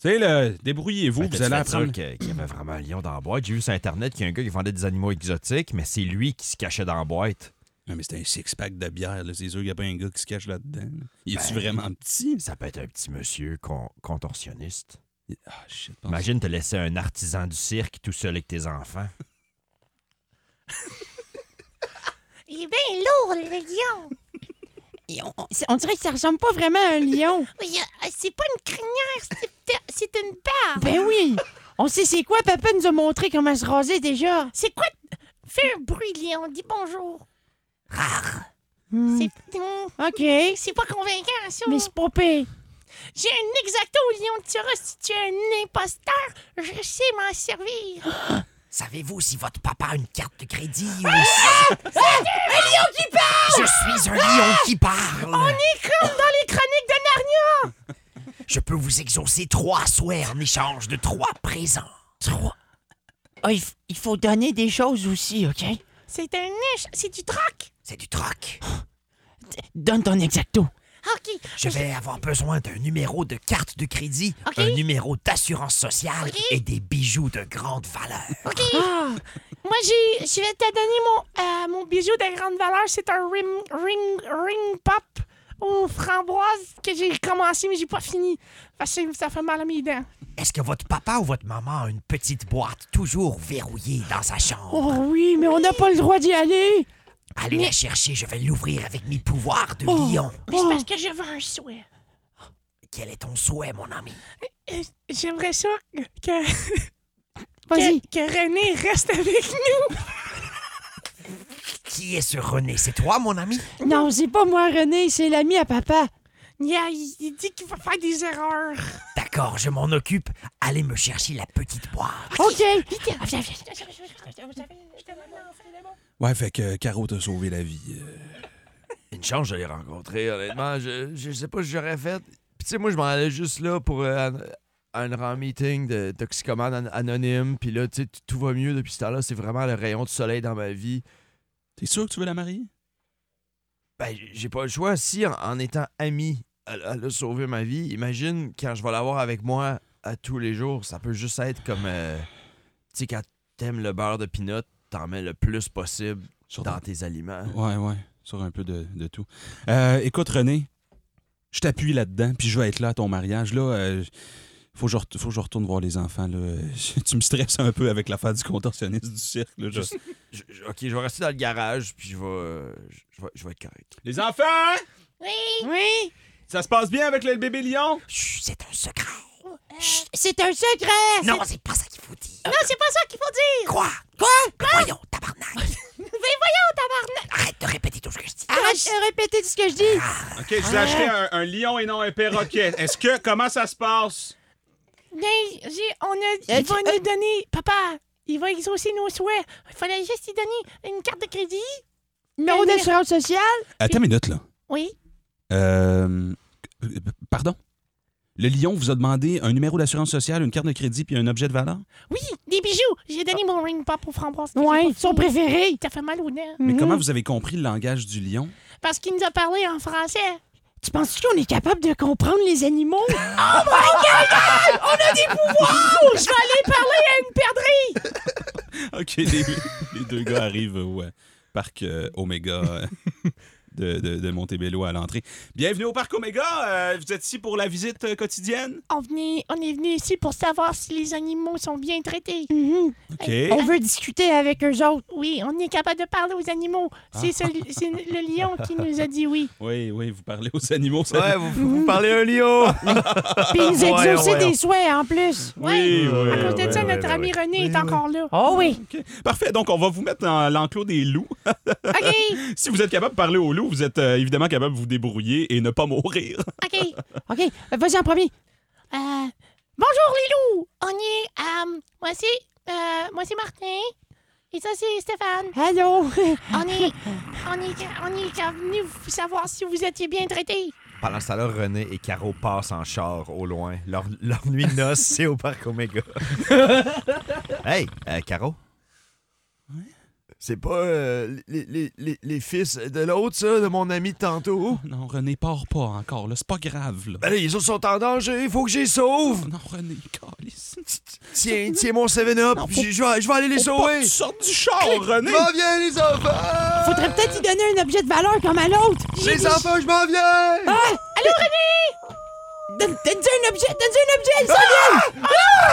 Speaker 1: tu sais, là, débrouillez-vous.
Speaker 2: Fait que
Speaker 1: vous
Speaker 2: t'es-tu
Speaker 1: allez
Speaker 2: fait
Speaker 1: apprendre.
Speaker 2: sûr que- qu'il y avait vraiment un lion dans la boîte. J'ai vu sur Internet qu'il y a un gars qui vendait des animaux exotiques, mais c'est lui qui se cachait dans la boîte.
Speaker 1: Non, mais c'était un six-pack de bière. là. C'est sûr qu'il n'y a pas un gars qui se cache là-dedans. là. Il est-tu vraiment petit?
Speaker 2: Ça peut être un petit monsieur con- contorsionniste.
Speaker 1: Ah, shit. pense-
Speaker 2: Imagine te laisser un artisan du cirque tout seul avec tes enfants.
Speaker 6: Il est bien lourd, le lion.
Speaker 5: Et on, on- on dirait que ça ressemble pas vraiment à un lion.
Speaker 6: Il y a- euh, C'est pas une crinière, c'est peut-être- c'est une barbe.
Speaker 5: Ben oui! On sait c'est quoi, papa nous a montré comment se raser déjà.
Speaker 6: C'est quoi? Fais un bruit, lion. Dis bonjour.
Speaker 5: Hmm,
Speaker 6: C'est Hmm,
Speaker 5: OK.
Speaker 6: c'est pas convaincant, ça.
Speaker 5: Mais c'est pas pire.
Speaker 6: J'ai un exacto, lion. Tu sauras si tu es un imposteur. Je sais m'en servir.
Speaker 7: Savez-vous si votre papa a une carte de crédit ou Un lion qui parle Je suis un lion qui parle.
Speaker 6: C'est comme dans les chroniques de Narnia.
Speaker 7: Je peux vous exaucer trois souhaits en échange de trois présents.
Speaker 5: Ah, il, f- il faut donner des choses aussi, OK?
Speaker 6: C'est un niche. C'est du troc.
Speaker 7: C'est du troc.
Speaker 5: Donne ton exacto.
Speaker 6: OK.
Speaker 7: Je vais avoir besoin d'un numéro de carte de crédit,
Speaker 6: Ok.
Speaker 7: un numéro d'assurance sociale
Speaker 6: Ok.
Speaker 7: et des bijoux de grande valeur.
Speaker 6: OK. Moi, j'ai, je vais te donner mon, euh, mon bijou de grande valeur. C'est un ring, ring, ring pop aux framboises que j'ai commencé, mais j'ai pas fini. Parce que ça fait mal à mes dents.
Speaker 7: Est-ce que votre papa ou votre maman a une petite boîte toujours verrouillée dans sa chambre
Speaker 5: Oh oui, mais on n'a pas le droit d'y aller.
Speaker 7: Allez la chercher, je vais l'ouvrir avec mes pouvoirs de
Speaker 5: Oh.
Speaker 7: lion.
Speaker 6: Mais c'est parce que je veux un souhait.
Speaker 7: Quel est ton souhait, mon ami
Speaker 6: Euh, J'aimerais ça que, que,
Speaker 5: Vas-y.
Speaker 6: que René reste avec nous.
Speaker 7: Qui est ce René C'est toi, mon ami
Speaker 5: Non, c'est pas moi, René, c'est l'ami à papa.
Speaker 6: Yeah, il, il dit qu'il va faire des erreurs.
Speaker 7: D'accord, je m'en occupe. Allez me chercher la petite boîte.
Speaker 5: OK.
Speaker 1: Ouais, fait que euh, Caro t'a sauvé la vie. euh.
Speaker 2: Une chance, je l'ai rencontré, honnêtement. Je, je sais pas ce que j'aurais fait. Puis, tu sais, moi, je m'en allais juste là pour euh, un- un grand meeting de toxicomanes an- anonymes. Puis là, tu sais, t- tout va mieux depuis ce temps-là. C'est vraiment le rayon du soleil dans ma vie.
Speaker 1: T'es sûr que tu veux la marier?
Speaker 2: Ben, j- j'ai pas le choix. Si, en, en étant ami, elle, elle a sauvé ma vie, imagine quand je vais l'avoir avec moi à tous les jours, ça peut juste être comme. euh, tu sais, quand t'aimes le beurre de pinot, t'en mets le plus possible
Speaker 1: Sur
Speaker 2: dans tes aliments.
Speaker 1: Ouais, ouais. Sur un peu de, de tout. Euh, écoute, René, je t'appuie là-dedans, puis je vais être là à ton mariage. Là, euh, faut, que je ret- faut que je retourne voir les enfants. Là. tu me stresses un peu avec l'affaire du contorsionniste du cirque. là, je-
Speaker 2: Juste- Je- je- ok, je vais rester dans le garage, puis je vais, euh, je- je vais, je vais être correct.
Speaker 1: Les enfants!
Speaker 5: Oui,
Speaker 1: Ça se passe bien avec le bébé lion?
Speaker 7: Chut, c'est un secret.
Speaker 5: c'est un secret.
Speaker 7: Non, c'est pas ça qu'il faut dire.
Speaker 6: Non, c'est pas ça qu'il faut dire.
Speaker 7: Quoi Quoi
Speaker 2: Ben,
Speaker 7: Voyons, tabarnak. Mais voyons, tabarnak. Arrête de répéter tout ce que je
Speaker 6: Ah,
Speaker 7: dis.
Speaker 5: Arrête de répéter tout ce que je dis.
Speaker 1: Ok, je vous ai acheté un, un lion et non un perroquet. Est-ce que. Comment ça se passe?
Speaker 6: Mais j'ai, on a,
Speaker 5: Euh,
Speaker 6: il va
Speaker 5: tu-
Speaker 6: nous donner, papa, il va exaucer nos souhaits. Il fallait juste lui donner une carte de crédit.
Speaker 5: Numéro
Speaker 6: René.
Speaker 5: d'assurance sociale.
Speaker 1: Attends une minute, là.
Speaker 6: Oui.
Speaker 1: Euh, euh, pardon? Le lion vous a demandé un numéro d'assurance sociale, une carte de crédit, puis un objet de valeur?
Speaker 6: Oui, des bijoux. J'ai donné mon ring pop aux framboises. que j'ai
Speaker 5: Ouais,
Speaker 6: pas
Speaker 5: son
Speaker 6: fini.
Speaker 5: préféré.
Speaker 6: Ça fait mal aux dents.
Speaker 1: Mais
Speaker 5: Mhm.
Speaker 1: comment vous avez compris le langage du lion?
Speaker 6: Parce qu'il nous a parlé en français.
Speaker 5: Tu penses qu'on est capable de comprendre les animaux?
Speaker 6: Oh, je vais aller parler à une perdrix.
Speaker 1: OK, les, les deux gars arrivent au euh, parc euh, Omega euh, de, de- de Montebello à l'entrée. Bienvenue au Parc Omega. Euh, vous êtes ici pour la visite euh, quotidienne?
Speaker 6: On, venait- on est venu ici pour savoir si les animaux sont bien traités.
Speaker 1: OK.
Speaker 8: Mm-hmm. On veut discuter avec eux autres.
Speaker 6: Oui, on est capable de parler aux animaux. C'est celui- c'est le lion qui nous a dit oui.
Speaker 1: Oui, oui, vous parlez aux animaux. Ça...
Speaker 2: Ouais, vous, vous parlez un lion!
Speaker 8: Puis ils nous
Speaker 2: Ouais,
Speaker 8: exaucent
Speaker 2: ouais,
Speaker 8: des
Speaker 2: ouais.
Speaker 8: souhaits en plus.
Speaker 1: Oui, oui,
Speaker 6: à cause de
Speaker 2: ouais,
Speaker 6: ça,
Speaker 2: ouais,
Speaker 6: notre
Speaker 2: ouais,
Speaker 6: ami René est encore là.
Speaker 8: Oh oui.
Speaker 1: Parfait. Donc, on va vous mettre dans l'enclos des loups.
Speaker 6: OK,
Speaker 1: Si vous êtes capable de parler aux loups, vous êtes euh, évidemment capable de vous débrouiller et ne pas mourir.
Speaker 6: OK.
Speaker 8: OK. euh, Vas-y en premier.
Speaker 6: Euh, bonjour les loups! On est. euh, moi c'est. euh, moi c'est Martin. Et ça c'est Stéphane.
Speaker 8: Allô.
Speaker 6: On est. On est. On est venu vous savoir si vous étiez bien traités.
Speaker 2: Pendant ce temps-là, René et Caro passent en char au loin. Leur, leur nuit de noces, c'est au parc Omega. hey, euh, Caro? C'est pas euh, les, les- les- les fils de l'autre, ça, de mon ami de tantôt?
Speaker 1: Non, René, pars pas encore. là. C'est pas grave. là.
Speaker 2: Ben là, les autres sont en danger, il faut que je les sauve!
Speaker 1: Non, René, calisse.
Speaker 2: Tiens, tiens mon 7-Up,
Speaker 1: Non, faut-
Speaker 2: je je vais je vais aller les
Speaker 1: Faut pas que
Speaker 2: sauver!
Speaker 1: tu sortes du char, René!
Speaker 2: m'en viens, les enfants!
Speaker 8: Faudrait peut-être y donner un objet de valeur comme à l'autre.
Speaker 2: Les enfants, je m'en viens!
Speaker 8: Ah! Donne- Donne-lui un objet. Donne-lui un objet. elle s'en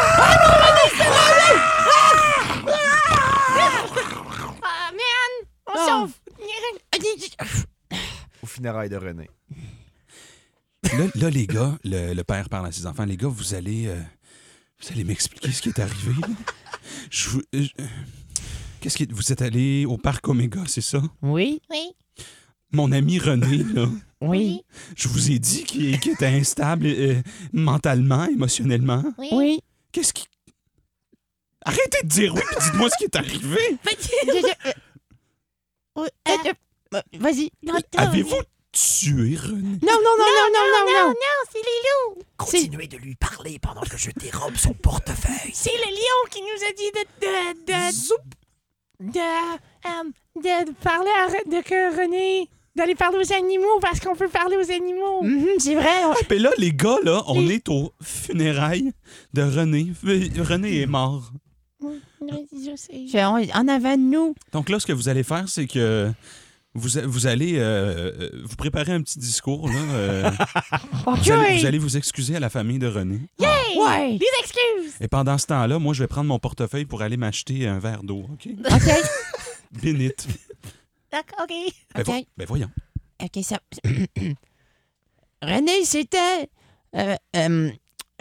Speaker 6: Ah, man! On
Speaker 8: Ah.
Speaker 6: sauve!
Speaker 2: Au funérailles de René.
Speaker 1: Là, là, les gars, le, le père parle à ses enfants. Les gars, vous allez, euh, vous allez m'expliquer ce qui est arrivé. là. Je vous- euh, je- Qu'est-ce qui est- vous êtes allé au parc Omega, c'est ça
Speaker 5: Oui,
Speaker 6: Oui,
Speaker 1: Mon ami René, là,
Speaker 5: oui,
Speaker 1: je vous ai dit qu'il qu'il était instable euh, mentalement, émotionnellement.
Speaker 6: oui.
Speaker 8: Oui.
Speaker 1: Qu'est-ce qui Arrêtez de dire oui, puis dites-moi ce qui est arrivé.
Speaker 8: Euh, euh, euh, Vas-y.
Speaker 6: Non, non,
Speaker 1: Euh, Avez-vous tué
Speaker 5: Ben,
Speaker 1: René
Speaker 8: Non, non, non, non, non, non, non.
Speaker 6: non, c'est les loups!
Speaker 7: Continuez de lui parler pendant que je dérobe son portefeuille.
Speaker 6: C'est le lion qui nous a dit de. de. de. de. euh, de parler à. Re- de que René. d'aller parler aux animaux parce qu'on peut parler aux animaux.
Speaker 8: Mhm, C'est vrai. on-
Speaker 1: Mais Ben, là, les gars, là, on est aux funérailles de René. F- René est mort.
Speaker 6: Oui, Je sais.
Speaker 8: je- on- En avant de nous.
Speaker 1: Donc là, ce que vous allez faire, c'est que vous, a- vous allez euh, euh, vous préparer un petit discours. Là, euh,
Speaker 8: OK.
Speaker 1: vous, allez, vous allez vous excuser à la famille de René.
Speaker 8: Ouais.
Speaker 6: Des excuses!
Speaker 1: Et pendant ce temps-là, moi, je vais prendre mon portefeuille pour aller m'acheter un verre d'eau. OK?
Speaker 8: OK.
Speaker 1: Bénite.
Speaker 6: D'accord, ok.
Speaker 1: Ben, vo-
Speaker 8: Ok.
Speaker 1: ben voyons.
Speaker 8: OK, ça. René, c'était. euh, euh,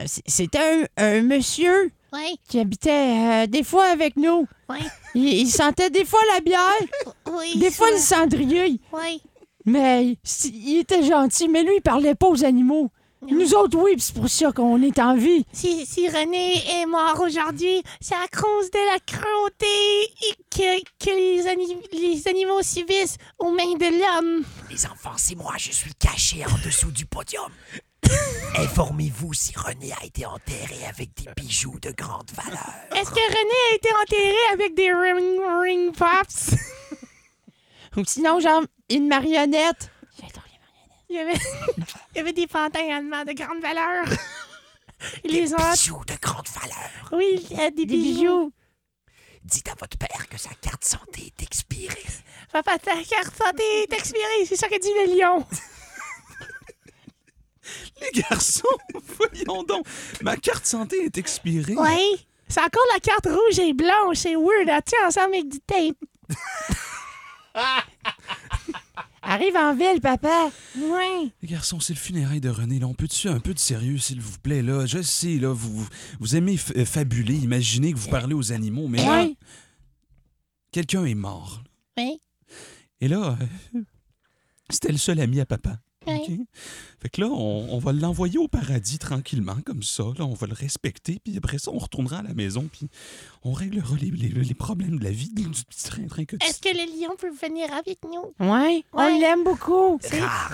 Speaker 8: c- c'était un, un monsieur
Speaker 6: Oui,
Speaker 8: qui habitait euh, des fois avec nous.
Speaker 6: oui,
Speaker 8: Il, il sentait des fois la bière,
Speaker 6: oui.
Speaker 8: des fois le
Speaker 6: ça,
Speaker 8: cendrier.
Speaker 6: Oui.
Speaker 8: Mais si- il était gentil, mais lui, il parlait pas aux animaux. Nous autres, oui, puis c'est pour ça qu'on est en vie.
Speaker 6: Si, si René est mort aujourd'hui, c'est à cause de la cruauté et que, que les, ani- les animaux subissent aux mains de l'homme.
Speaker 7: Les enfants, c'est moi, je suis caché en dessous du podium. Informez-vous si René a été enterré avec des bijoux de grande valeur.
Speaker 6: Est-ce que René a été enterré avec des ring, ring pops?
Speaker 8: Ou sinon, genre, une marionnette.
Speaker 6: Il y avait, il y avait des pantins allemands de grande valeur. Ils les ont.
Speaker 7: Bijoux de grande valeur.
Speaker 6: Oui, il y a des,
Speaker 8: Des bijoux.
Speaker 7: Dites à votre père que sa carte santé est expirée.
Speaker 6: Papa, ta carte santé est expirée, c'est ça que dit le lion.
Speaker 1: Les garçons, voyons donc. Ma carte santé est expirée.
Speaker 6: Oui. C'est encore la carte rouge et blanche, c'est weird. Ah, tiens, ensemble avec du tape.
Speaker 8: Arrive en ville, papa.
Speaker 6: Oui.
Speaker 1: Les garçons, c'est le funérail de René. Là, on peut-tu un peu de sérieux, s'il vous plaît? Là, je sais, là, vous, vous aimez f- euh, fabuler, imaginer que vous parlez aux animaux, mais là,
Speaker 8: Oui.
Speaker 1: quelqu'un est mort.
Speaker 6: Oui.
Speaker 1: Et là, euh, c'était le seul ami à papa.
Speaker 6: Oui.
Speaker 1: OK? Fait que là, on, on va l'envoyer au paradis tranquillement, comme ça. Là, on va le respecter, puis après ça, on retournera à la maison, puis on réglera les, les- les problèmes de la vie du petit train-train quotidien.
Speaker 6: Est-ce que le lion peut venir avec nous?
Speaker 8: Ouais. On
Speaker 6: Ouais.
Speaker 8: l'aime beaucoup.
Speaker 6: C'est à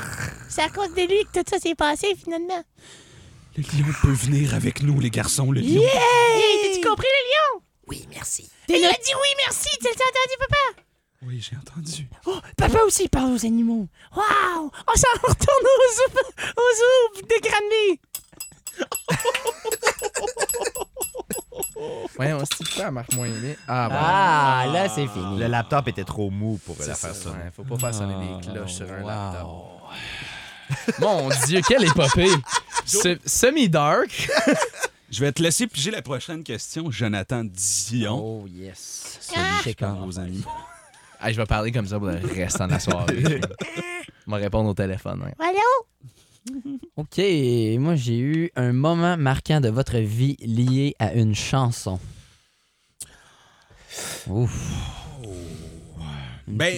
Speaker 6: cause de lui que tout ça s'est passé, finalement.
Speaker 1: Le lion peut venir avec nous, les garçons, le lion.
Speaker 6: Hey, T'as-tu compris, le lion?
Speaker 7: Oui, merci.
Speaker 8: T'es
Speaker 6: Il
Speaker 8: là-
Speaker 6: a dit oui, merci. Tu l'as entendu, papa?
Speaker 1: Oui, j'ai entendu.
Speaker 8: Oh, papa aussi, il parle aux animaux.
Speaker 6: Wow! On s'en retourne aux zoupes, aux zoupes de Granby.
Speaker 3: Ouais, on se dit quoi, marque moins aimé. Ah, bah.
Speaker 5: Ah, là, c'est fini.
Speaker 2: Le laptop était trop mou pour la faire ça.
Speaker 3: Ouais, faut pas faire sonner des
Speaker 5: Ah,
Speaker 3: cloches sur un
Speaker 5: wow.
Speaker 3: laptop. Mon Dieu, quelle épopée! Se- Semi-dark.
Speaker 1: Je vais te laisser piger la prochaine question, Jonathan Dion.
Speaker 5: Oh, yes.
Speaker 1: Salut, je
Speaker 5: C'est
Speaker 1: parle aux amis.
Speaker 3: Ah, je vais parler comme ça pour le restant de la soirée. Je vais répondre au téléphone. ouais.
Speaker 6: Allô?
Speaker 5: OK, moi, j'ai eu un moment marquant de votre vie lié à une chanson. Ouf.
Speaker 1: Ben,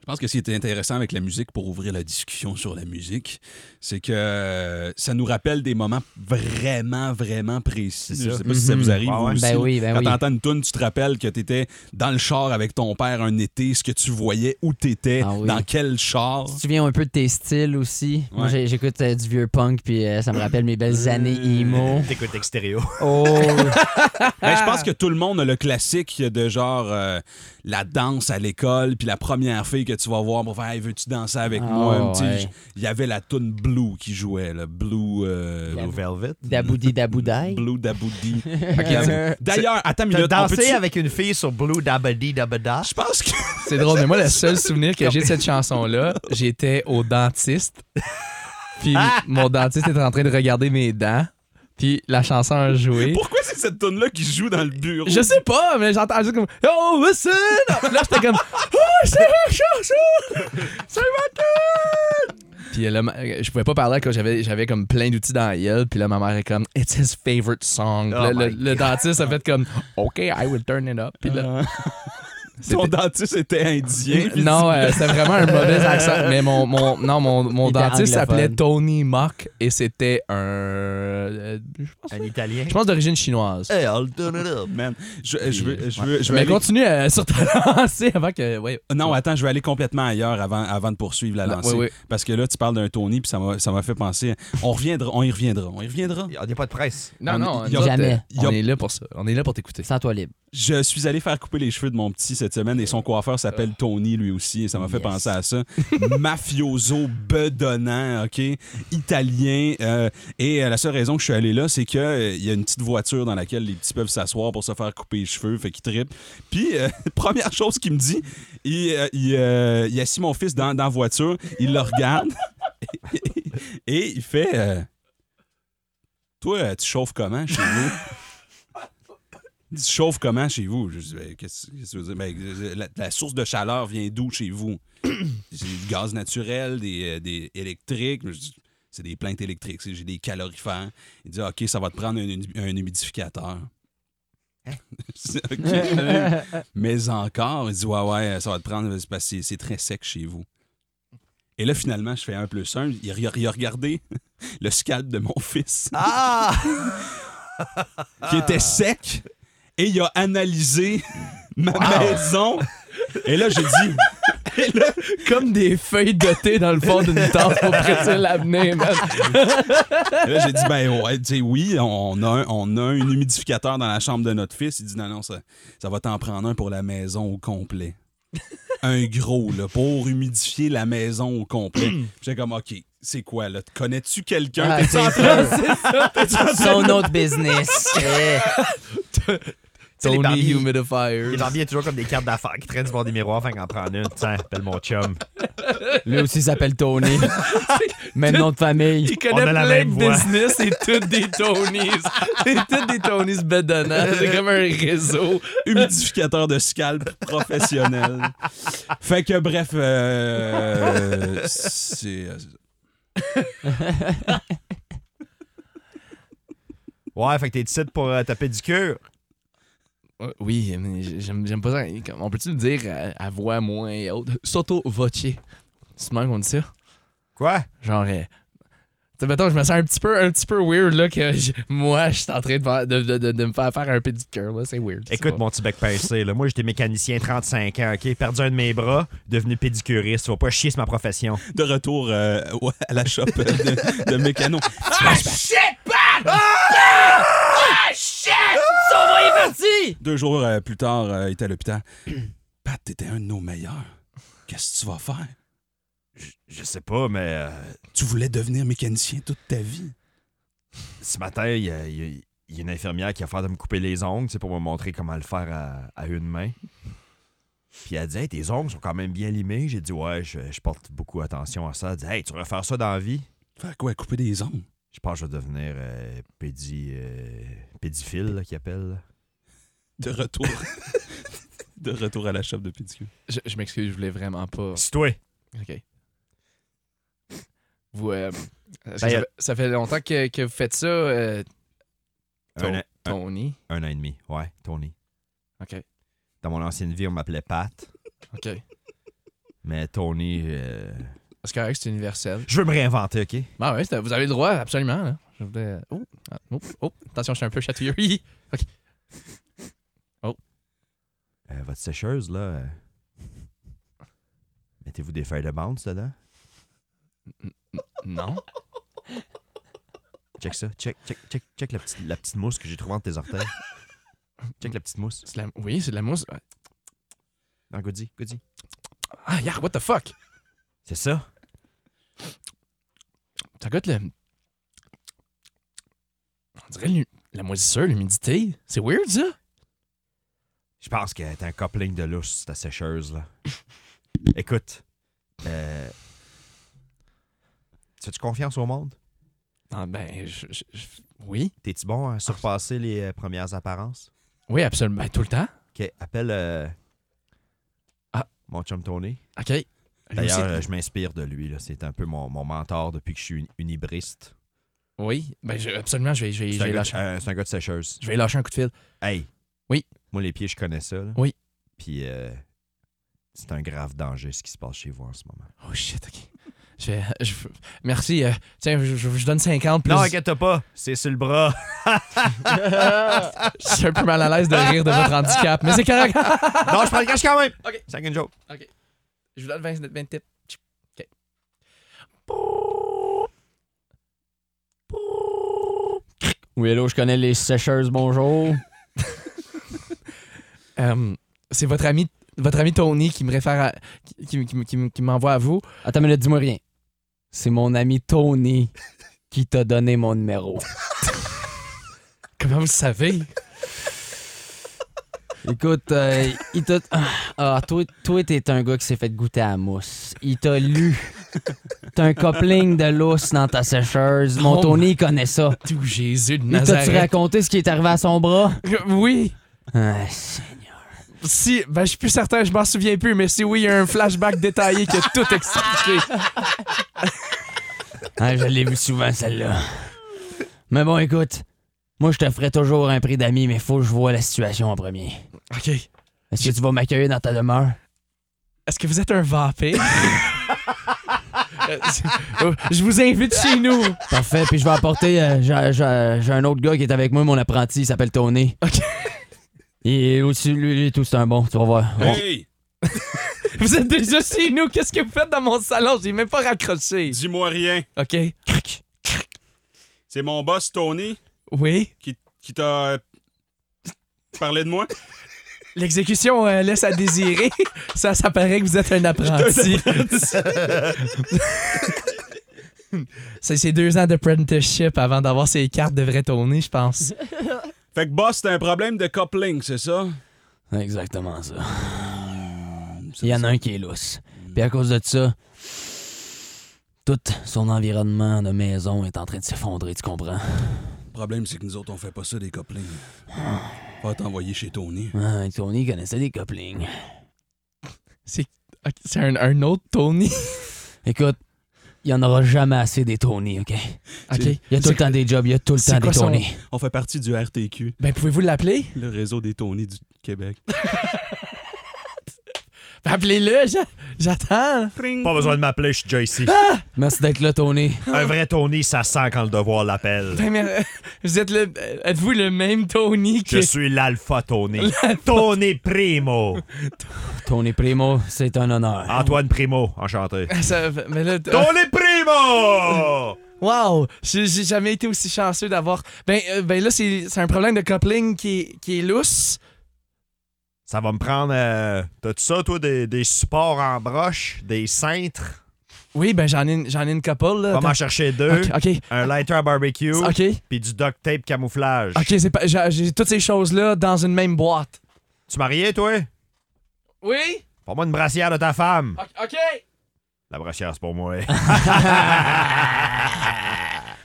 Speaker 1: je pense que ce qui était intéressant avec la musique, pour ouvrir la discussion sur la musique, c'est que euh, ça nous rappelle des moments vraiment, vraiment précis.
Speaker 2: C'est
Speaker 1: Je
Speaker 2: ça.
Speaker 1: sais pas si ça vous arrive.
Speaker 2: Ouais,
Speaker 1: vous
Speaker 2: ouais.
Speaker 1: aussi.
Speaker 5: Ben oui, ben
Speaker 1: Quand
Speaker 5: oui.
Speaker 1: t'entends une tune, tu te rappelles que t'étais dans le char avec ton père un été, ce que tu voyais, où t'étais,
Speaker 5: Ah oui.
Speaker 1: dans quel char.
Speaker 5: Tu te souviens un peu de tes styles aussi. Moi,
Speaker 1: Ouais.
Speaker 5: j'ai- j'écoute euh, du vieux punk, puis euh, ça me rappelle mes belles années emo.
Speaker 2: T'écoutes extérieur.
Speaker 5: Oh,
Speaker 1: Ben, je pense que tout le monde a le classique de genre euh, la danse à l'école, puis la première fille que tu vas voir pour faire Hey, veux-tu danser avec
Speaker 5: Ah,
Speaker 1: moi? Tu sais,
Speaker 5: ouais.
Speaker 1: j- Il y avait la tune Blue qui jouait, là. Blue. euh,
Speaker 2: Blue Velvet.
Speaker 5: Daboudi Daboudaï.
Speaker 1: Blue Daboudi. D'ailleurs, attends une
Speaker 2: T'as
Speaker 1: minute. on peut-tu-
Speaker 2: dansé avec une fille sur Blue Dabadi Dabada.
Speaker 1: Je pense que.
Speaker 3: C'est drôle, mais moi, le seul souvenir que j'ai de cette chanson-là, j'étais au dentiste. Puis mon dentiste était en train de regarder mes dents. Puis la chanson a joué.
Speaker 1: Pourquoi c'est cette tune-là qui joue dans le bureau?
Speaker 3: Je sais pas, mais j'entends juste comme Oh, listen! up. Là, j'étais comme Oh, c'est ma chanson! C'est ma tune! Puis là, ma- euh, je pouvais pas parler quand j'avais, j'avais comme plein d'outils dans la gueule. Puis là, ma mère est comme It's his favorite song. Puis
Speaker 2: Oh
Speaker 3: là, le,
Speaker 2: my
Speaker 3: le dentiste a fait comme OK, I will turn it up. Puis là,
Speaker 1: Son dentiste était indien. puis
Speaker 3: non, euh, c'était vraiment un mauvais accent. Mais mon, mon, non, mon, mon
Speaker 5: Il était
Speaker 3: dentiste s'appelait
Speaker 5: anglophone.
Speaker 3: Tony Mock et c'était un. euh, je pense-
Speaker 2: Un Italien.
Speaker 3: je pense d'origine chinoise.
Speaker 2: Hey, I'll turn it up.
Speaker 1: Man, je, je veux, je veux, je veux
Speaker 3: Mais
Speaker 1: aller-
Speaker 3: continue euh, sur ta lancée avant que. Ouais.
Speaker 1: Non, attends, je vais aller complètement ailleurs avant, avant de poursuivre la
Speaker 3: Non,
Speaker 1: lancée.
Speaker 3: oui, oui.
Speaker 1: Parce que là, tu parles d'un Tony, puis ça m'a ça m'a fait penser. On reviendra, on y reviendra, on y reviendra.
Speaker 2: On n'y a pas de presse.
Speaker 3: Non,
Speaker 1: On-
Speaker 3: non, on,
Speaker 1: y a-
Speaker 5: Jamais.
Speaker 1: y a-
Speaker 3: on est là pour ça. On est là pour t'écouter.
Speaker 5: Sans toi libre.
Speaker 1: Je suis allé faire couper les cheveux de mon petit cette semaine et son coiffeur s'appelle Tony lui aussi et ça m'a fait
Speaker 5: Yes.
Speaker 1: penser à ça. Mafioso bedonnant, OK, italien euh, et euh, la seule raison que je suis allé là, c'est que euh, il y a une petite voiture dans laquelle les petits peuvent s'asseoir pour se faire couper les cheveux, fait qu'ils trippent. Puis euh, première chose qu'il me dit, il, euh, il, euh, il assit mon fils dans dans la voiture, il le regarde et il fait euh, Toi, euh, tu chauffes comment chez vous? Il dit, chauffe comment chez vous? Je dis, Ben, qu'est-ce qu'est-ce que tu veux dire? Ben, euh, la, la source de chaleur vient d'où chez vous? c'est du gaz naturel, des, euh, des électriques. Je dis, c'est des plaintes électriques, c'est- j'ai des calorifères. Il dit, OK, ça va te prendre un, humi- un humidificateur. C'est OK. Mais encore, il dit, ouais, ouais, ça va te prendre, c'est parce que c'est- c'est très sec chez vous. Et là, finalement, je fais un plus un. Il, a- il a- il a regardé le scalp de mon fils
Speaker 2: Ah!
Speaker 1: qui était sec et il a analysé ma maison. Et là, j'ai dit,
Speaker 3: Comme des feuilles de thé dans le fond d'une tasse pour prédire l'avenir, man.
Speaker 1: et là, j'ai dit ben ouais, tu sais, oui, on a, un, on a un humidificateur dans la chambre de notre fils. Il dit non, non, ça, ça va t'en prendre un pour la maison au complet. Un gros, là, pour humidifier la maison au complet. J'étais comme, OK, c'est quoi, là? Connais-tu quelqu'un?
Speaker 5: Ah,
Speaker 1: T'es-tu
Speaker 5: c'est
Speaker 1: en train- t'es-tu en train-
Speaker 5: Son autre business. Eh.
Speaker 2: C'est les
Speaker 3: Tony
Speaker 2: barbiers.
Speaker 3: Humidifier.
Speaker 2: Les barbiers toujours comme des cartes d'affaires qui traînent du bord des miroirs, fait qu'en prendre une. Tiens, appelle mon chum.
Speaker 5: Lui aussi s'appelle Tony. Même nom de famille.
Speaker 3: Il connaît
Speaker 2: On a la
Speaker 3: plein
Speaker 2: même
Speaker 3: de
Speaker 2: voix.
Speaker 3: business et toutes des Tonys. C'est toutes des Tonys bedonnants. C'est comme un réseau.
Speaker 1: humidificateur de scalp professionnel. Fait que bref, euh, c'est
Speaker 2: Ouais, fait que t'es ici pour euh, taper du cœur.
Speaker 3: Euh, Oui, mais j'aime j'aime pas ça. Comme- On peut-tu le dire euh, à, à voix moins haute? Soto voce. C'est même qu'on dit ça?
Speaker 2: Quoi?
Speaker 3: Genre. euh, tu sais, mettons, je me sens un petit peu, un petit peu weird là, que je- moi, je suis en train de, faire- de, de- de- de me faire faire un pédicure. là. C'est weird. c'est
Speaker 2: Écoute,
Speaker 3: pas-
Speaker 2: mon petit bec pincé, là. Moi, j'étais mécanicien 35 ans, OK? Perdu un de mes bras, devenu pédicuriste. Tu vas pas chier sur ma profession.
Speaker 1: de retour euh, ouais, à la shop euh, de, de Mécano. Ah!
Speaker 5: Parti!
Speaker 1: Deux jours euh, plus tard, euh, il était à l'hôpital. Pat, t'étais un de nos meilleurs. Qu'est-ce que tu vas faire?
Speaker 2: Je sais pas, mais euh,
Speaker 1: Tu voulais devenir mécanicien toute ta vie.
Speaker 2: ce matin, il y a- il y a- il y a une infirmière qui a fait de me couper les ongles, tu sais, pour me montrer comment le faire à, à une main. Puis elle dit, hey, tes ongles sont quand même bien limés. J'ai dit, ouais, je, je porte beaucoup attention à ça. Elle dit, hey, tu vas faire ça dans la vie.
Speaker 1: Faire quoi? Couper des ongles?
Speaker 2: Je pense que je vais devenir euh, pédi, euh, pédiphile, là, qu'ils appellent. là.
Speaker 1: De retour. de retour à la shop de pédicule.
Speaker 3: Je, je m'excuse, je voulais vraiment pas.
Speaker 2: C'est toi.
Speaker 3: OK. Vous, euh, est-ce que
Speaker 2: Ben,
Speaker 3: ça,
Speaker 2: euh,
Speaker 3: fait, ça fait longtemps que, que vous faites ça, euh,
Speaker 2: Un,
Speaker 3: Ton-
Speaker 2: an- un-
Speaker 3: Tony?
Speaker 2: un an et demi. Ouais, Tony.
Speaker 3: OK.
Speaker 2: Dans mon ancienne vie, on m'appelait Pat.
Speaker 3: OK.
Speaker 2: Mais Tony, euh,
Speaker 3: Parce que c'est universel.
Speaker 2: je veux me réinventer, OK?
Speaker 3: Bah ouais, c'est- vous avez le droit, absolument. là. Je voulais... oh, ah, oh, oh, attention, je suis un peu chatouilleux. Hi.
Speaker 2: Euh, votre sécheuse, là, euh, mettez-vous des feuilles de bounce dedans?
Speaker 3: non.
Speaker 2: Check ça. Check, check, check, check la, petite, la petite mousse que j'ai trouvée entre tes orteils. check la petite mousse.
Speaker 3: C'est de la... Oui, c'est de la mousse.
Speaker 2: Non, goody, goody.
Speaker 3: Ah, yar, what the fuck?
Speaker 2: C'est ça?
Speaker 3: Ça goûte le. On dirait l'hu- la moisissure, l'humidité. C'est weird, ça?
Speaker 2: Je pense que t'es un coupling de lousse, ta sécheuse, là. Écoute, euh, fais-tu confiance au monde?
Speaker 3: Ah, ben, je- je- je- oui.
Speaker 2: T'es-tu bon à surpasser les euh, premières apparences?
Speaker 3: Oui, absolument. Ben, tout le temps.
Speaker 2: OK, appelle euh,
Speaker 3: Ah.
Speaker 2: mon chum Tony.
Speaker 3: OK. Lui
Speaker 2: D'ailleurs,
Speaker 3: aussi-
Speaker 2: euh, je m'inspire de lui. là. C'est un peu mon, mon mentor depuis que je suis une- unibriste.
Speaker 3: Oui. Ben, je- absolument, je vais, je, vais,
Speaker 2: C'est
Speaker 3: je
Speaker 2: un,
Speaker 3: vais
Speaker 2: gars de-
Speaker 3: lâcher,
Speaker 2: euh, c'est un gars de sécheuse.
Speaker 3: je vais lâcher un coup de fil.
Speaker 2: Hey!
Speaker 3: Oui.
Speaker 2: Moi, les pieds, je connais ça. là.
Speaker 3: Oui.
Speaker 2: Puis, euh, c'est un grave danger ce qui se passe chez vous en ce moment.
Speaker 3: Oh, shit, OK. Je vais- euh, je- merci. euh, tiens, je, je- je donne 50 plus.
Speaker 2: Non, inquiète pas, c'est sur le bras.
Speaker 3: je suis un peu mal à l'aise de rire de votre handicap, mais c'est correct.
Speaker 2: non, je prends le cash quand même.
Speaker 3: OK.
Speaker 2: C'est une joke.
Speaker 3: Je vous donne 20, 20 tips. OK.
Speaker 5: Oui, hello, je connais les sécheuses, bonjour.
Speaker 3: Euh, c'est votre ami, votre ami Tony qui me réfère à, qui, qui- qui- qui- qui m'envoie à vous.
Speaker 5: Attends, mais là, dis-moi rien. C'est mon ami Tony qui t'a donné mon numéro.
Speaker 3: Comment vous le savez?
Speaker 5: Écoute, euh, il t'a. Ah, toi, toi, t'es un gars qui s'est fait goûter à la mousse. Il t'a lu. T'as un coupling de lousse dans ta sécheuse. Mon
Speaker 3: Oh.
Speaker 5: Tony, il connaît ça.
Speaker 3: Tout Jésus de
Speaker 5: Il t'a-tu
Speaker 3: Nazareth.
Speaker 5: raconté ce qui est arrivé à son bras?
Speaker 3: Oui.
Speaker 5: Ah, c'est-
Speaker 3: Si, ben, je suis plus certain, je m'en souviens plus, mais si oui, il y a un flashback détaillé qui a tout expliqué.
Speaker 5: Ah, je l'ai vu souvent, celle-là. Mais bon, écoute, moi, je te ferai toujours un prix d'ami, mais faut que je vois la situation en premier.
Speaker 3: OK.
Speaker 5: Est-ce que tu vas m'accueillir dans ta demeure?
Speaker 3: Est-ce que vous êtes un vampire? Euh, je vous invite chez nous.
Speaker 5: Parfait, puis je vais apporter. euh, j'ai- j'ai j'ai un autre gars qui est avec moi, mon apprenti, il s'appelle Tony.
Speaker 3: OK.
Speaker 5: Et aussi, lui, lui, tout, c'est un bon, tu vas voir. On-
Speaker 1: Hey!
Speaker 3: Vous êtes déjà chez nous. Qu'est-ce que vous faites dans mon salon? J'ai même pas raccroché.
Speaker 1: Dis-moi rien.
Speaker 3: OK.
Speaker 1: C'est mon boss, Tony,
Speaker 3: Oui.
Speaker 1: qui, qui t'a euh, parlé de moi.
Speaker 3: L'exécution euh, laisse à désirer. ça, ça paraît que vous êtes un apprenti. C'est ses deux ans d'apprenticeship avant d'avoir ses cartes de vrai tourner, je pense.
Speaker 1: Fait que boss, t'as un problème de coupling, c'est ça?
Speaker 5: Exactement ça. Il y en a un qui est lousse. Puis à cause de ça, tout son environnement de maison est en train de s'effondrer, tu comprends?
Speaker 1: Le problème, c'est que nous autres, on fait pas ça, des couplings. Pas t'envoyer chez Tony.
Speaker 5: Ah, Tony connaissait des couplings.
Speaker 3: Ok, C'est un, un autre Tony.
Speaker 5: Écoute, il n'y en aura jamais assez des Tony, OK?
Speaker 3: OK.
Speaker 5: Il y a tout le temps des jobs, il y a tout le
Speaker 3: c'est
Speaker 5: temps des
Speaker 3: quoi son-
Speaker 5: Tony.
Speaker 1: On fait partie du RTQ,
Speaker 3: Ben, pouvez-vous l'appeler?
Speaker 1: le réseau des Tony du Québec.
Speaker 3: Ben, Appelez-le, j'a- j'attends.
Speaker 2: Pas besoin de m'appeler, je suis déjà ici.
Speaker 3: Ah!
Speaker 5: Merci d'être là, Tony.
Speaker 2: un vrai Tony, ça sent quand le devoir l'appelle.
Speaker 3: Ben, mais, euh, vous êtes le... euh, Êtes-vous le même Tony
Speaker 2: Je
Speaker 3: que...
Speaker 2: suis l'alpha Tony. Tony Primo.
Speaker 5: Tony Primo, c'est un honneur.
Speaker 3: Ah,
Speaker 2: Antoine Primo, enchanté.
Speaker 3: Ça- mais là, t-
Speaker 2: Tony Primo!
Speaker 3: Wow! J'ai j'ai jamais été aussi chanceux d'avoir. Ben, euh, ben là, c'est c'est un problème de coupling qui est, qui est lousse.
Speaker 2: Ça va me prendre. euh, T'as-tu ça, toi, des, des supports en broche, des cintres?
Speaker 3: Oui, ben j'en ai, une- j'en ai une couple. Là.
Speaker 2: Va m'en
Speaker 3: Attends.
Speaker 2: chercher deux.
Speaker 3: Ok, ok.
Speaker 2: Un lighter à barbecue.
Speaker 3: Ok,
Speaker 2: Puis du duct tape camouflage.
Speaker 3: ok, c'est pas- j'ai j'ai toutes ces choses-là dans une même boîte.
Speaker 2: Tu marié, toi?
Speaker 3: Oui?
Speaker 2: Pour moi une brassière de ta femme.
Speaker 3: Ok, Ok!
Speaker 2: La brassière, c'est pour moi.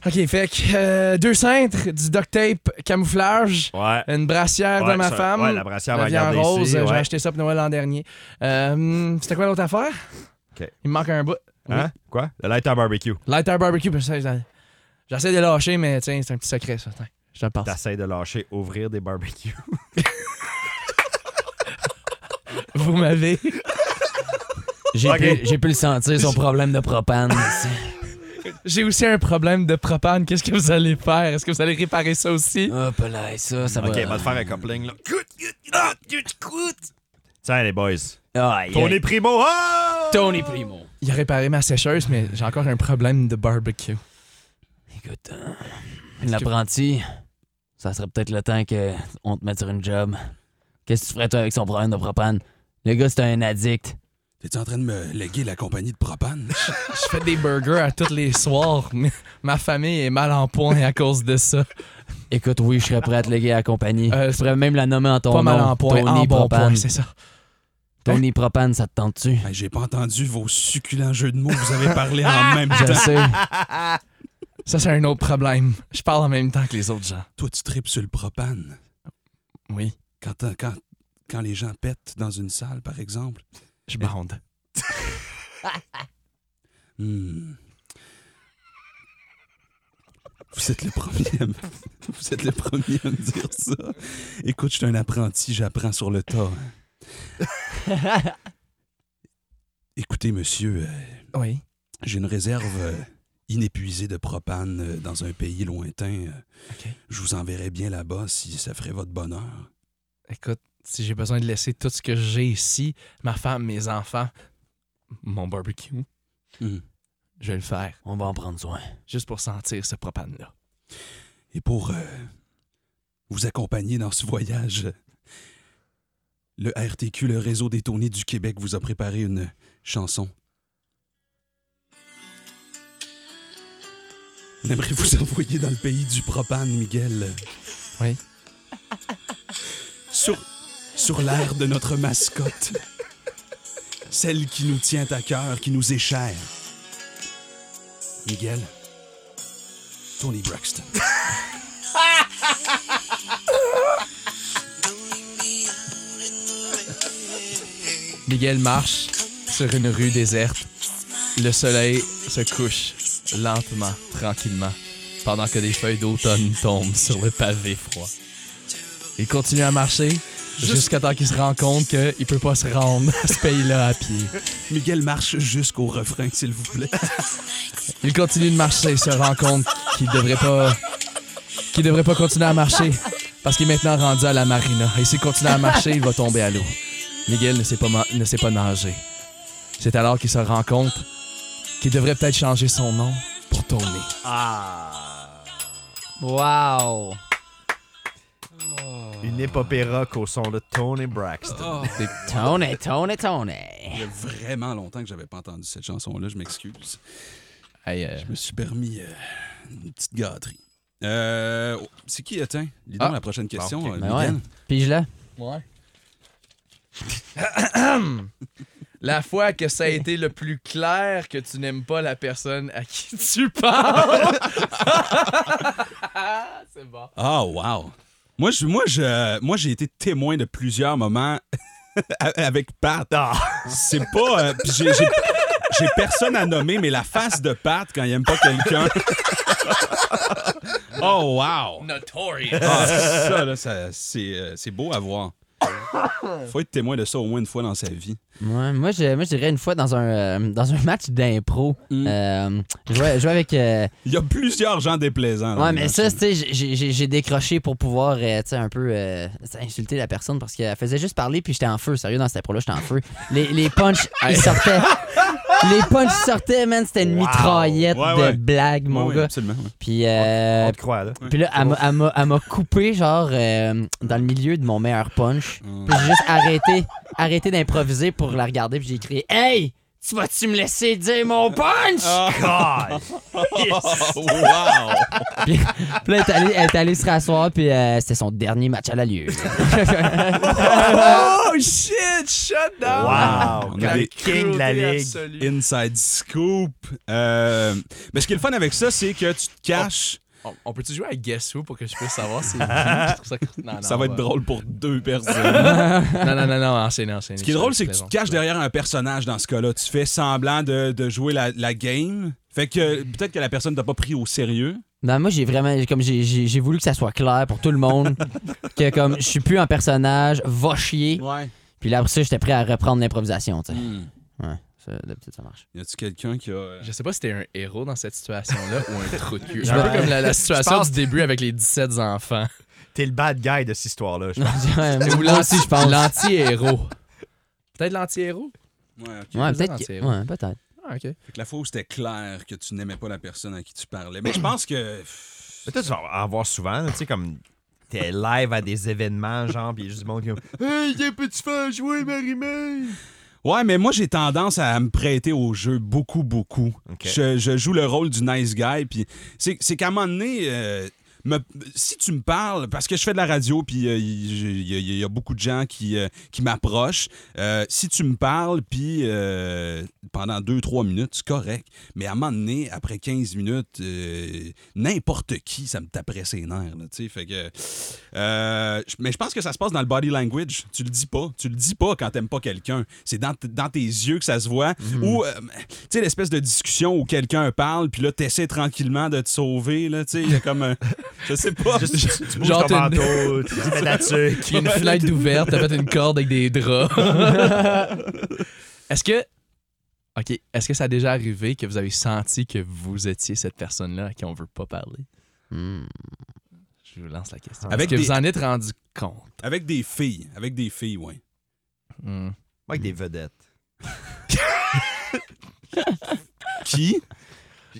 Speaker 3: Ok, fait que euh, deux cintres, du duct tape, camouflage,
Speaker 2: ouais.
Speaker 3: une brassière
Speaker 2: Ouais,
Speaker 3: de ma
Speaker 2: ça-
Speaker 3: femme.
Speaker 2: ouais, la brassière
Speaker 3: la
Speaker 2: va
Speaker 3: vie en
Speaker 2: garder
Speaker 3: rose,
Speaker 2: ici,
Speaker 3: euh, j'ai
Speaker 2: ouais.
Speaker 3: acheté ça pour Noël l'an dernier. Euh, C'était quoi l'autre affaire?
Speaker 2: Ok.
Speaker 3: Il me manque un bout. Oui.
Speaker 2: Hein? Quoi? Le lighter à barbecue.
Speaker 3: Lighter barbecue, puis ça, j'en- j'essaie de lâcher, mais tiens, c'est un petit secret, ça. Tiens, je te passe.
Speaker 2: T'essayes de lâcher, ouvrir des barbecues.
Speaker 3: Vous m'avez.
Speaker 5: J'ai
Speaker 2: Ok.
Speaker 5: pu, j'ai pu le sentir, son problème de propane.
Speaker 3: J'ai aussi un problème de propane. Qu'est-ce que vous allez faire? Est-ce que vous allez réparer ça aussi?
Speaker 5: Oh, là, ça, ça
Speaker 2: Ok,
Speaker 5: va.
Speaker 2: va te faire un coupling, là. Tiens, les boys.
Speaker 3: bah,
Speaker 5: Ah, yeah.
Speaker 2: Tony Primo. ah!
Speaker 5: Tony Primo.
Speaker 3: Il a réparé ma sécheuse, mais j'ai encore un problème de barbecue.
Speaker 5: Écoute, hein, l'apprenti, ça serait peut-être le temps que on te mette sur une job. Qu'est-ce que tu ferais toi avec son problème de propane? Le gars, c'est un addict.
Speaker 1: T'es-tu en train de me léguer la compagnie de propane?
Speaker 3: Je fais des burgers à tous les soirs, mais ma famille est mal en point à cause de ça.
Speaker 5: Écoute, oui, je serais prêt à te léguer à la compagnie.
Speaker 3: Euh,
Speaker 5: je pourrais même la nommer en ton
Speaker 3: Pas
Speaker 5: nom.
Speaker 3: mal en point,
Speaker 5: Tony
Speaker 3: en bon
Speaker 5: Propane.
Speaker 3: point, c'est ça.
Speaker 1: Hein?
Speaker 5: Tony Propane, ça te tente-tu?
Speaker 1: Hey, J'ai pas entendu vos succulents jeux de mots que vous avez parlé en même
Speaker 5: Ah! Je
Speaker 1: temps.
Speaker 5: sais.
Speaker 3: Ça, c'est un autre problème. Je parle en même temps que les autres gens.
Speaker 1: Toi, tu tripes sur le propane.
Speaker 3: Oui,
Speaker 1: Quand, t'as- quand, quand les gens pètent dans une salle, par exemple.
Speaker 3: je bande.
Speaker 1: Hmm. Vous êtes le premier à me... Vous êtes le premier à me dire ça. Écoute, je suis un apprenti, j'apprends sur le tas. Écoutez, monsieur, euh,
Speaker 3: Oui.
Speaker 1: J'ai une réserve euh, inépuisée de propane euh, dans un pays lointain. Euh,
Speaker 3: OK.
Speaker 1: Je vous enverrai bien là-bas si ça ferait votre bonheur.
Speaker 3: Écoute, si j'ai besoin de laisser tout ce que j'ai ici, ma femme, mes enfants, mon barbecue, Mm.
Speaker 1: Hmm.
Speaker 3: je vais le faire.
Speaker 5: On va en prendre soin.
Speaker 3: Juste pour sentir ce propane-là.
Speaker 1: Et pour euh, vous accompagner dans ce voyage, euh, le RTQ, le réseau des tournées du Québec, vous a préparé une chanson. On aimerait vous envoyer dans le pays du propane, Miguel.
Speaker 3: Oui.
Speaker 1: Sur, sur l'air de notre mascotte. Celle qui nous tient à cœur, qui nous est chère. Miguel. Tony Braxton.
Speaker 3: Miguel marche sur une rue déserte. Le soleil se couche lentement, tranquillement, pendant que des feuilles d'automne tombent sur le pavé froid. Il continue à marcher jusqu'à temps qu'il se rend compte qu'il peut pas se rendre à ce pays-là à pied.
Speaker 1: Miguel marche jusqu'au refrain, s'il vous plaît.
Speaker 3: Il continue de marcher, se rend compte qu'il devrait pas. qu'il devrait pas continuer à marcher. Parce qu'il est maintenant rendu à la marina. Et s'il continue à marcher, il va tomber à l'eau. Miguel ne sait pas, man- ne sait pas nager. C'est alors qu'il se rend compte qu'il devrait peut-être changer son nom pour Tony.
Speaker 2: Ah!
Speaker 5: Wow! Ah.
Speaker 2: Une épopée rock au son de Tony Braxton.
Speaker 5: Oh. Tony, Tony, Tony.
Speaker 1: Il y a vraiment longtemps que j'avais pas entendu cette chanson-là, je m'excuse.
Speaker 3: Hey, euh,
Speaker 1: Je me suis permis euh, une petite gâterie. Euh, oh, c'est qui, atteint? Dis donc
Speaker 3: Ah.
Speaker 1: la prochaine question,
Speaker 2: ok.
Speaker 1: euh,
Speaker 5: Ben
Speaker 1: Miguel.
Speaker 5: ouais. Pige-la.
Speaker 3: La fois que ça a été le plus clair que tu n'aimes pas la personne à qui tu parles. C'est bon.
Speaker 1: Ah, wow! Moi, je, moi, je, moi, j'ai été témoin de plusieurs moments avec Pat.
Speaker 5: Ah.
Speaker 1: C'est pas... euh, puis j'ai, j'ai- j'ai personne à nommer, mais la face de Pat quand il aime pas quelqu'un... oh, wow!
Speaker 3: Notorious.
Speaker 1: Ah, ça, là, ça- c'est, euh, c'est beau à voir. Faut être témoin de ça au moins une fois dans sa vie.
Speaker 5: Ouais, moi, je, moi, je dirais une fois dans un, euh, dans un match d'impro,
Speaker 1: Mm.
Speaker 5: euh, je jouais, je jouais avec. euh,
Speaker 1: Il y a plusieurs gens déplaisants. dans
Speaker 5: ouais,
Speaker 1: le
Speaker 5: mais
Speaker 1: match.
Speaker 5: ça, tu sais, j'ai- j'ai j'ai décroché pour pouvoir, euh, tu sais, un peu euh, insulter la personne parce qu'elle faisait juste parler, puis j'étais en feu. Sérieux, dans cette impro-là, j'étais en feu. Les, les punchs, ils sortaient. les punchs sortaient, man. C'était une
Speaker 2: Wow.
Speaker 5: mitraillette
Speaker 1: Ouais,
Speaker 5: de
Speaker 1: ouais.
Speaker 5: blagues,
Speaker 1: Ouais,
Speaker 5: mon
Speaker 1: ouais,
Speaker 5: gars.
Speaker 1: absolument. ouais.
Speaker 5: Puis, euh,
Speaker 2: On te croit, là.
Speaker 5: puis là, elle m'a- elle m'a- elle m'a coupé, genre, euh, dans le milieu de mon meilleur punch. Puis j'ai juste arrêté, arrêté d'improviser pour la regarder, puis j'ai crié Hey! Tu vas-tu me laisser dire mon punch?
Speaker 1: Ah.
Speaker 5: Ah.
Speaker 2: God!
Speaker 1: wow!
Speaker 5: Puis là, elle est allée, elle est allée se rasseoir, puis euh, c'était son dernier match à la lieu.
Speaker 3: Oh shit, shut down!
Speaker 5: Ah.
Speaker 2: Wow!
Speaker 1: On a
Speaker 2: Le
Speaker 1: des
Speaker 2: king de
Speaker 3: Cruauté
Speaker 2: la ligue.
Speaker 3: absolue.
Speaker 1: Inside Scoop. Euh, mais ce qui est le fun avec ça, c'est que tu te caches.
Speaker 3: On, on peut-tu jouer à Guess Who pour que je puisse savoir si. je trouve ça... non, non,
Speaker 1: ça va
Speaker 3: on
Speaker 1: être drôle pour deux personnes.
Speaker 3: Non, non, non, non, enchaînez, enchaînez.
Speaker 1: ce qui est drôle, c'est que tu te caches derrière un personnage dans ce cas-là. Tu fais semblant de, de jouer la, la game. Fait que peut-être que la personne t'a pas pris au sérieux.
Speaker 5: Non, Ben, moi, j'ai vraiment. Comme j'ai, j'ai- j'ai voulu que ça soit clair pour tout le monde. que comme je suis plus un personnage, va chier.
Speaker 1: Ouais.
Speaker 5: Puis là, après ça, j'étais prêt à reprendre l'improvisation,
Speaker 1: Mm.
Speaker 5: tu sais. Ouais, ça, d'habitude, ça marche.
Speaker 1: Hmm. Y a-tu quelqu'un qui a.
Speaker 3: Je sais pas si t'es un héros dans cette situation-là ou un trou de cul.
Speaker 5: Je
Speaker 3: Un
Speaker 5: vais-
Speaker 3: peu comme la, la situation
Speaker 2: pense-
Speaker 3: du début avec les 17 enfants.
Speaker 2: T'es le bad guy de cette histoire-là. je pense.
Speaker 5: Ouais, moi-
Speaker 3: Ou
Speaker 5: moi aussi, je pense.
Speaker 3: L'anti-héros. Peut-être l'anti-héros?
Speaker 1: Ouais, ok.
Speaker 5: Ouais,
Speaker 3: Vous êtes
Speaker 5: peut-être. que-
Speaker 3: entier.
Speaker 5: Ouais, peut-être.
Speaker 3: Ah, ok.
Speaker 1: Fait que la fois où c'était clair que tu n'aimais pas la personne à qui tu parlais. Mais je pense que.
Speaker 2: Mais toi, tu vas en voir souvent, là, tu sais, comme t'es live à des événements, genre, pis il y a juste du monde qui est comme Hey, viens, peux-tu faire jouer Marie-May?
Speaker 1: Ouais, mais moi, j'ai tendance à me prêter au jeu beaucoup, beaucoup.
Speaker 2: Ok.
Speaker 1: Je, je joue le rôle du nice guy, puis c'est c'est qu'à un moment donné, euh, me- si tu me parles, parce que je fais de la radio, puis euh, il j'ai- il y, a- il y a beaucoup de gens qui, euh, qui m'approchent, euh, si tu me parles, puis euh, pendant 2-3 minutes, c'est correct, mais à un moment donné, après 15 minutes, euh, n'importe qui, ça me taperait ses nerfs, là, tu sais, fait que... Euh, je- mais je pense que ça se passe dans le body language. Tu le dis pas. Tu le dis pas quand t'aimes pas quelqu'un. C'est dans, t- dans tes yeux que ça se voit. Ou, euh, tu sais, l'espèce de discussion où quelqu'un parle, puis là, t'essaies tranquillement de te sauver, là, tu sais, il y a comme un- Je sais pas.
Speaker 2: Juste, tu, tu bouges
Speaker 3: Genre,
Speaker 2: ton
Speaker 3: t'es
Speaker 2: manteau, tu dis, mais là-dessus.
Speaker 3: Il y a une fenêtre ouverte, t'as fait une corde avec des draps. est-ce que. Ok, est-ce que ça a déjà arrivé que vous avez senti que vous étiez cette personne-là à qui on veut pas parler?
Speaker 5: Hmm.
Speaker 3: Je vous lance la question.
Speaker 1: Avec
Speaker 3: est-ce que
Speaker 1: des-
Speaker 3: vous en êtes rendu compte?
Speaker 1: Avec des filles. Avec des filles, ouais.
Speaker 3: Hmm.
Speaker 2: Moi, avec des vedettes.
Speaker 1: Qui?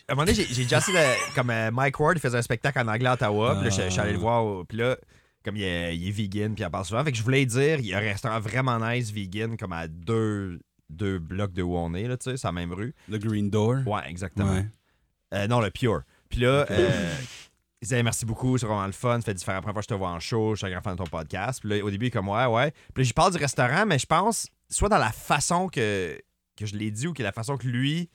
Speaker 2: À un moment donné, j'ai- j'ai déjà assez de- Comme euh, Mike Ward, il faisait un spectacle en anglais à Ottawa, pis là, je je suis allé le voir, au- pis là. Comme il est, il est vegan, puis il en parle souvent. Fait que je voulais dire, il y a un restaurant vraiment nice vegan, comme à deux, deux blocs de où on est, là, tu sais, c'est la même rue.
Speaker 1: Le Green Door.
Speaker 2: Ouais, exactement.
Speaker 1: Ouais.
Speaker 2: Euh, non, le Pure. Puis là, euh, ils disaient merci beaucoup, c'est vraiment le fun, ça fait différent. La première fois que je te vois en show, je suis un grand fan de ton podcast. Puis là, au début, il est comme ouais, ouais. Puis là, j'y parle du restaurant, mais je pense, soit dans la façon que, que je l'ai dit ou que la façon que lui,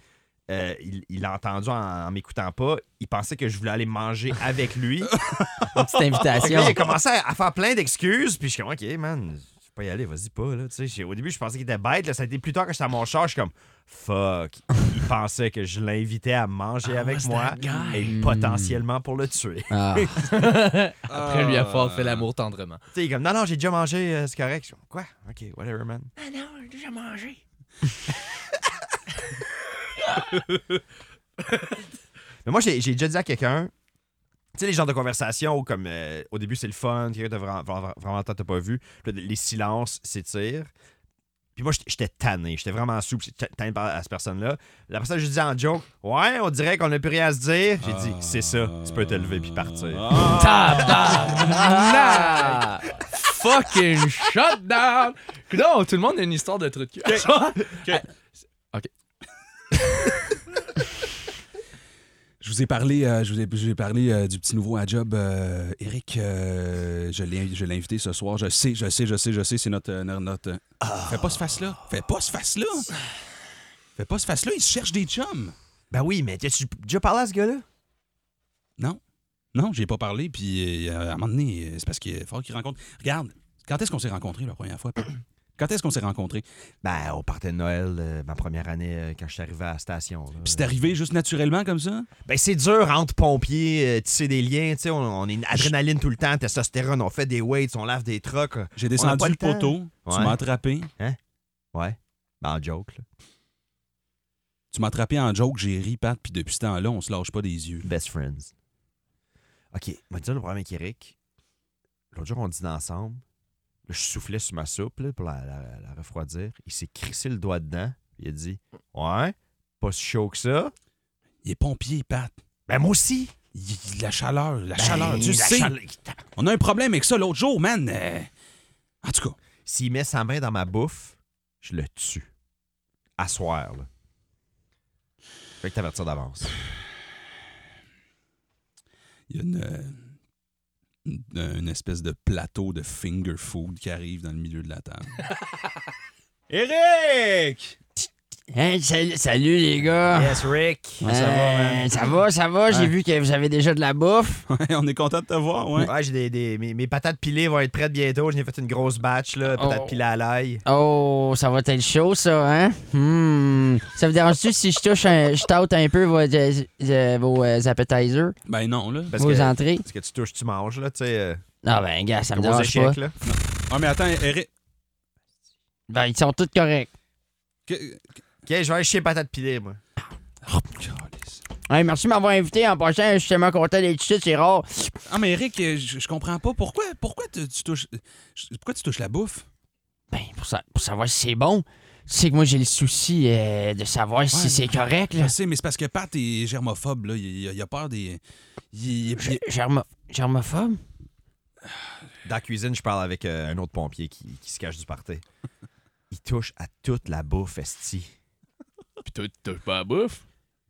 Speaker 2: euh, il il l'a entendu en, en m'écoutant pas, il pensait que je voulais aller manger avec lui.
Speaker 5: Une petite
Speaker 2: Fait que Ah, là,
Speaker 5: invitation.
Speaker 2: il a commencé à, à faire plein d'excuses, puis je suis comme, OK, man, je vais pas y aller, vas-y pas, là. Tu sais, j'ai- au début, je pensais qu'il était bête, là. Ça a été plus tard que j'étais à mon char, je suis comme, fuck. Il pensait que je l'invitais à manger avec moi et potentiellement pour le tuer.
Speaker 5: Ah.
Speaker 3: Après lui avoir
Speaker 2: Euh.
Speaker 3: fait l'amour tendrement.
Speaker 2: tu sais, il est comme, non, non, j'ai déjà mangé, euh, c'est correct. Je suis comme, quoi? OK, whatever, man.
Speaker 6: Ah non, j'ai déjà mangé.
Speaker 2: Mais moi, j'ai j'ai déjà dit à quelqu'un, tu sais, les genres de conversations où, comme euh, au début, c'est le fun, quelqu'un t'a vraiment, vraiment, vraiment longtemps t'as pas vu, Puis là, les silences s'étirent. Puis moi, j'étais- j'étais tanné, j'étais vraiment souple, j'étais tanné par- à cette personne-là. La personne, je disais en joke, ouais, on dirait qu'on n'a plus rien à se dire. J'ai dit, c'est ça, tu peux te lever puis partir.
Speaker 1: Ah.
Speaker 3: Tabarnak! Fucking shutdown! Non, tout le monde a une histoire de truc de cul.
Speaker 1: Je vous ai parlé, euh, je vous ai, je vous ai parlé euh, du petit nouveau à job, euh, Eric. euh, je l'ai je l'ai invité ce soir. Je sais, je sais, je sais, je sais, c'est notre. euh, notre, notre, euh, Fais pas ce face-là. Fais pas ce face-là. Fais pas ce face-là. Il se cherche des chums.
Speaker 2: Ben oui, mais as-tu déjà parlé à ce gars-là?
Speaker 1: Non. Non, j'ai pas parlé. Puis euh, à un moment donné, euh, c'est parce qu'il faut qu'il rencontre. Regarde, quand est-ce qu'on s'est rencontrés la première fois? Pep? Quand est-ce qu'on s'est rencontrés?
Speaker 2: Ben, on partait de Noël, euh, ma première année, euh, quand je suis arrivé à la station. là.
Speaker 1: Puis c'est arrivé juste naturellement comme ça?
Speaker 2: Ben, c'est dur entre pompiers, euh, tisser des liens, tu sais, on, on est une adrénaline tout le temps, testostérone, on fait des weights, on lave des trucks. euh.
Speaker 1: J'ai
Speaker 2: On a
Speaker 1: descendu
Speaker 2: pas
Speaker 1: le
Speaker 2: le temps.
Speaker 1: poteau. Tu
Speaker 2: Ouais.
Speaker 1: m'as attrapé.
Speaker 2: Ouais. Ben, en joke, là.
Speaker 1: Tu m'as attrapé en joke. J'ai ri, Pat. Puis depuis ce temps-là, on se lâche pas des yeux.
Speaker 2: Best friends. OK, moi, dire le problème avec Eric. L'autre jour, on dînait ensemble. Là, je soufflais sur ma soupe là, pour la, la- la refroidir. Il s'est crissé le doigt dedans. Il a dit Ouais, pas si chaud que ça.
Speaker 1: Il est pompier, Pat.
Speaker 2: Ben, moi aussi.
Speaker 1: Il- La chaleur, la
Speaker 2: Ben,
Speaker 1: chaleur, tu
Speaker 2: la
Speaker 1: sais.
Speaker 2: chaleur.
Speaker 1: On a un problème avec ça l'autre jour, man. Euh, En tout cas,
Speaker 2: S'il met sa main dans ma bouffe, je le tue. À soir, là. Fait que t'avertir d'avance.
Speaker 1: Il y a une, euh, une- une espèce de plateau de finger food qui arrive dans le milieu de la table. Eric!
Speaker 5: Hey, salut, Hein, salut, les gars.
Speaker 2: Yes, Rick.
Speaker 5: Euh, ça va, ça va. J'ai vu que vous avez déjà de la bouffe.
Speaker 1: Ouais, on est content de te voir, ouais.
Speaker 2: Ouais, j'ai des, des- mes, mes patates pilées vont être prêtes bientôt. J'en ai fait une grosse batch, là, patates
Speaker 3: Oh.
Speaker 2: pilées à l'ail.
Speaker 5: Oh, ça va être chaud, ça, hein? Hmm. Ça vous dérange-tu si je touche un, je tâte un peu vos, euh, vos euh, appetizers,
Speaker 1: Ben non, là.
Speaker 2: Parce
Speaker 5: vos
Speaker 2: que,
Speaker 5: entrées?
Speaker 2: parce que tu touches, tu manges, là, tu sais. euh,
Speaker 5: Non, ben, gars, ça me
Speaker 2: gros
Speaker 5: dérange pas.
Speaker 2: échec, là.
Speaker 1: Ah, mais attends, Eric.
Speaker 5: Ben, ils sont tous corrects.
Speaker 1: que-
Speaker 2: Ok, je vais aller chez patates pilées, moi.
Speaker 1: Oh, calice.
Speaker 5: Hey, merci de m'avoir invité. En passant, je suis tellement content d'être ici, c'est rare.
Speaker 1: Ah, mais Eric, euh, je, je comprends pas. Pourquoi, pourquoi tu, tu touches. je- Pourquoi tu touches la bouffe?
Speaker 5: Ben, pour, sa- pour savoir si c'est bon, tu sais que moi, j'ai le souci euh, de savoir si
Speaker 1: Ouais.
Speaker 5: c'est correct, là.
Speaker 1: Je sais, mais c'est parce que Pat est germophobe, là. Il, il a- il a peur des. il- il- il-
Speaker 5: Germo- Germophobe?
Speaker 2: Dans la cuisine, je parle avec euh, un autre pompier qui, qui se cache du party. Il touche à toute la bouffe, esti.
Speaker 3: Pis toi, tu touches pas à la bouffe.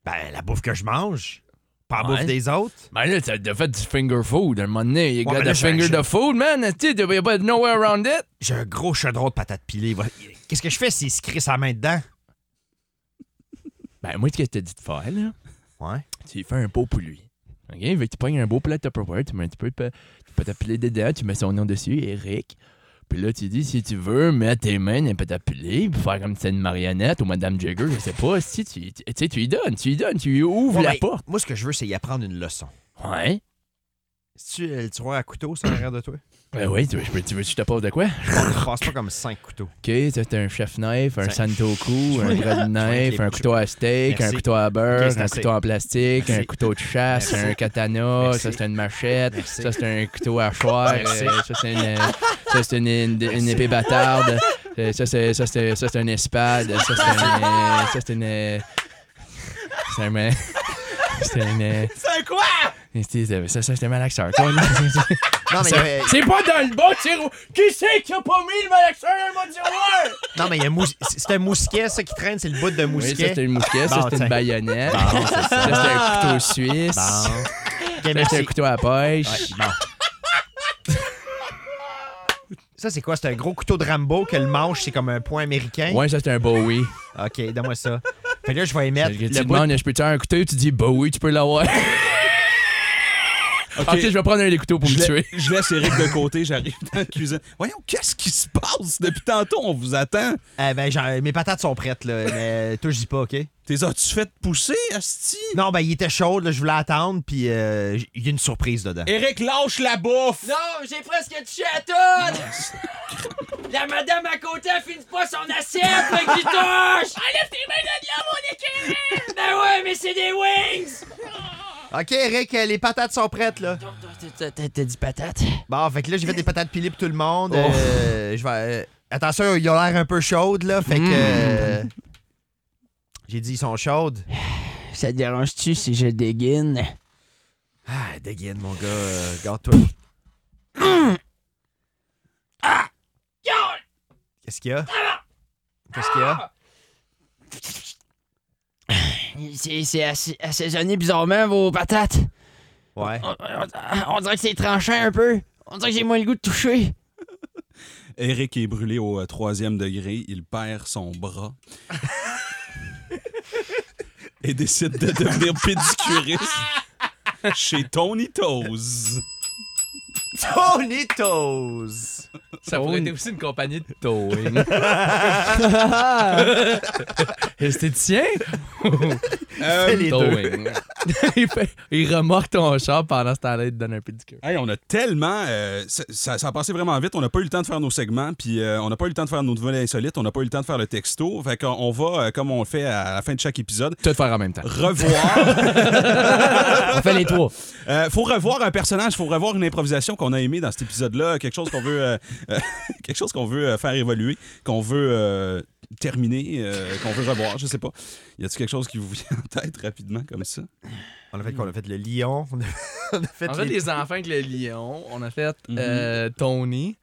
Speaker 2: Ben, la bouffe que je mange. Pas la
Speaker 3: Ouais.
Speaker 2: bouffe des autres.
Speaker 3: Ben là, t'as t'as fait du finger food. À un moment donné, you
Speaker 2: Ouais,
Speaker 3: got
Speaker 2: mais là,
Speaker 3: the
Speaker 2: j'ai-
Speaker 3: finger
Speaker 2: j'ai-
Speaker 3: the food, man. Tu y'a pas de nowhere around it.
Speaker 2: J'ai un gros chaudron de patates pilées. Voilà. Qu'est-ce que je fais s'il se crie sa main dedans?
Speaker 3: Ben, moi, ce que je t'ai dit de faire, là,
Speaker 2: Ouais.
Speaker 3: tu lui fais un pot pour lui. OK? Fait que tu pognes un beau plat de Tupperware, tu mets un petit peu de pa- de pâte à piler dedans, tu mets son nom dessus, Eric. Puis là, tu dis, si tu veux, mets tes mains dans la pâte à piler, puis faire comme si c'était une marionnette ou Madame Jagger, je sais pas. Si tu, tu tu sais, tu lui donnes, tu lui donnes, tu lui ouvres
Speaker 2: Ouais,
Speaker 3: la
Speaker 2: ben,
Speaker 3: porte.
Speaker 2: Moi, ce que je veux, c'est y apprendre une leçon.
Speaker 3: Ouais.
Speaker 2: Si tu euh, le tiroir à couteau, ça arrière de toi?
Speaker 3: Ben oui, tu veux, je peux- tu veux que je te pose de quoi?
Speaker 2: Je passe pas comme cinq couteaux.
Speaker 3: Ok, c'est un chef knife, un
Speaker 2: Ça-
Speaker 3: santoku, un bread
Speaker 2: avec les-
Speaker 3: knife, un couteau à steak,
Speaker 2: Merci.
Speaker 3: un couteau à beurre,
Speaker 2: Ok, c'est
Speaker 3: un
Speaker 2: assez.
Speaker 3: couteau en plastique, un
Speaker 2: Merci.
Speaker 3: couteau de chasse,
Speaker 2: Merci.
Speaker 3: un katana,
Speaker 2: Merci.
Speaker 3: ça c'est une machette,
Speaker 2: Merci.
Speaker 3: ça c'est un couteau à choir,
Speaker 2: Merci.
Speaker 3: euh, ça c'est une, euh, ça, c'est une, une- une épée bâtarde, euh, ça c'est ça c'est ça c'est un espade, ça c'est un euh, ça c'est une euh, c'est un euh, c'est un euh,
Speaker 6: C'est un quoi?
Speaker 3: c'est- ça ça c'est un malaxeur.
Speaker 2: Non, mais il y avait-
Speaker 3: C'est pas dans le bon tiroir. Qui c'est qui a pas mis le malaxeur dans le bon tiroir?
Speaker 2: non, mais il y a mous- c'est c'est un mousquet, ça qui traîne, c'est le bout de
Speaker 3: Oui, ça,
Speaker 2: mousquet.
Speaker 3: c'était une mousquette,
Speaker 2: Bon,
Speaker 3: ça, c'était
Speaker 2: tiens.
Speaker 3: une baïonnette,
Speaker 2: Bon,
Speaker 3: ça, c'était un couteau suisse, ça,
Speaker 2: Bon. Ah. Ok, merci.
Speaker 3: c'était un couteau à pêche.
Speaker 2: Ouais, bon. Ça, c'est quoi? C'est un gros couteau de Rambo que le manche, c'est comme un point américain.
Speaker 3: Ouais, ça, c'était un Bowie.
Speaker 2: Ok, donne-moi ça. Fait que là, je vais y mettre.
Speaker 3: Tu
Speaker 2: le
Speaker 3: te
Speaker 2: bout-
Speaker 3: demandes, je peux te faire un couteau, tu dis Bowie, tu peux l'avoir. ok, je vais prendre un des couteaux pour
Speaker 1: Je,
Speaker 3: me
Speaker 1: la-
Speaker 3: tuer.
Speaker 1: je laisse Eric de côté, j'arrive dans la cuisine. Voyons, qu'est-ce qui se passe? Depuis tantôt, on vous attend.
Speaker 2: Eh ben, genre, mes patates sont prêtes, là. Mais toi, je dis pas, ok?
Speaker 1: T'es as-tu fait pousser, Asti?
Speaker 2: Non, ben, il était chaud, là. Je voulais attendre, puis euh, j- il y a une surprise dedans.
Speaker 1: Eric, lâche la bouffe!
Speaker 7: Non, j'ai presque touché à tout! La madame à côté, elle finit pas son assiette, fait que j'y touche! Enlève tes mains de là, mon écureuil! Ben ouais, mais c'est des wings!
Speaker 2: Ok, Eric, euh, les patates sont prêtes, là.
Speaker 5: T'as- T'as t'as dit patate?
Speaker 2: Bon, fait que là, j'ai fait des patates pilées pour tout le monde.
Speaker 1: Oh.
Speaker 2: Euh, je vais. euh, attention, ils ont l'air un peu chaudes, là. Fait que.
Speaker 1: Mm.
Speaker 2: euh, j'ai dit, ils sont chaudes.
Speaker 5: Ça te dérange-tu si je déguine?
Speaker 2: Ah, dégaine, mon gars. euh, Garde-toi. Ah! Qu'est-ce qu'il y a? Qu'est-ce qu'il y a?
Speaker 5: C'est c'est assi- assaisonné bizarrement, vos patates.
Speaker 2: Ouais.
Speaker 5: On, on- on dirait que c'est tranchant un peu. On dirait que j'ai moins le goût de toucher.
Speaker 1: Eric est brûlé au euh, troisième degré. Il perd son bras. Et décide de devenir pédicuriste chez Tony Toes.
Speaker 2: Tony Toes!
Speaker 3: Ça pourrait être aussi une compagnie de towing. Esthéticien?
Speaker 2: Fais les deux.
Speaker 3: Towing. il, fait- il remorque ton char pendant ce temps-là, il te donne un pédicure.
Speaker 1: Hey, on a tellement. euh, ça, ça- ça a passé vraiment vite. On n'a pas eu le temps de faire nos segments, puis euh, on n'a pas eu le temps de faire nos nouvelles insolites, on n'a pas eu le temps de faire le texto. Fait qu'on on va, euh, comme on le fait à la fin de chaque épisode,
Speaker 3: Tu vas le faire en même temps.
Speaker 1: revoir.
Speaker 5: On fait les trois.
Speaker 1: Euh, faut revoir un personnage, faut revoir une improvisation qu'on a aimée dans cet épisode-là, quelque chose qu'on veut, euh, euh, quelque chose qu'on veut euh, faire évoluer, qu'on veut euh, terminer, euh, qu'on veut revoir. Je sais pas. Y a-t-il quelque chose qui vous vient en tête rapidement comme ça
Speaker 2: On a fait quoi? On a fait le lion. On a, on a fait
Speaker 3: On a fait
Speaker 2: les...
Speaker 3: les enfants avec le lion, on a fait euh, Tony.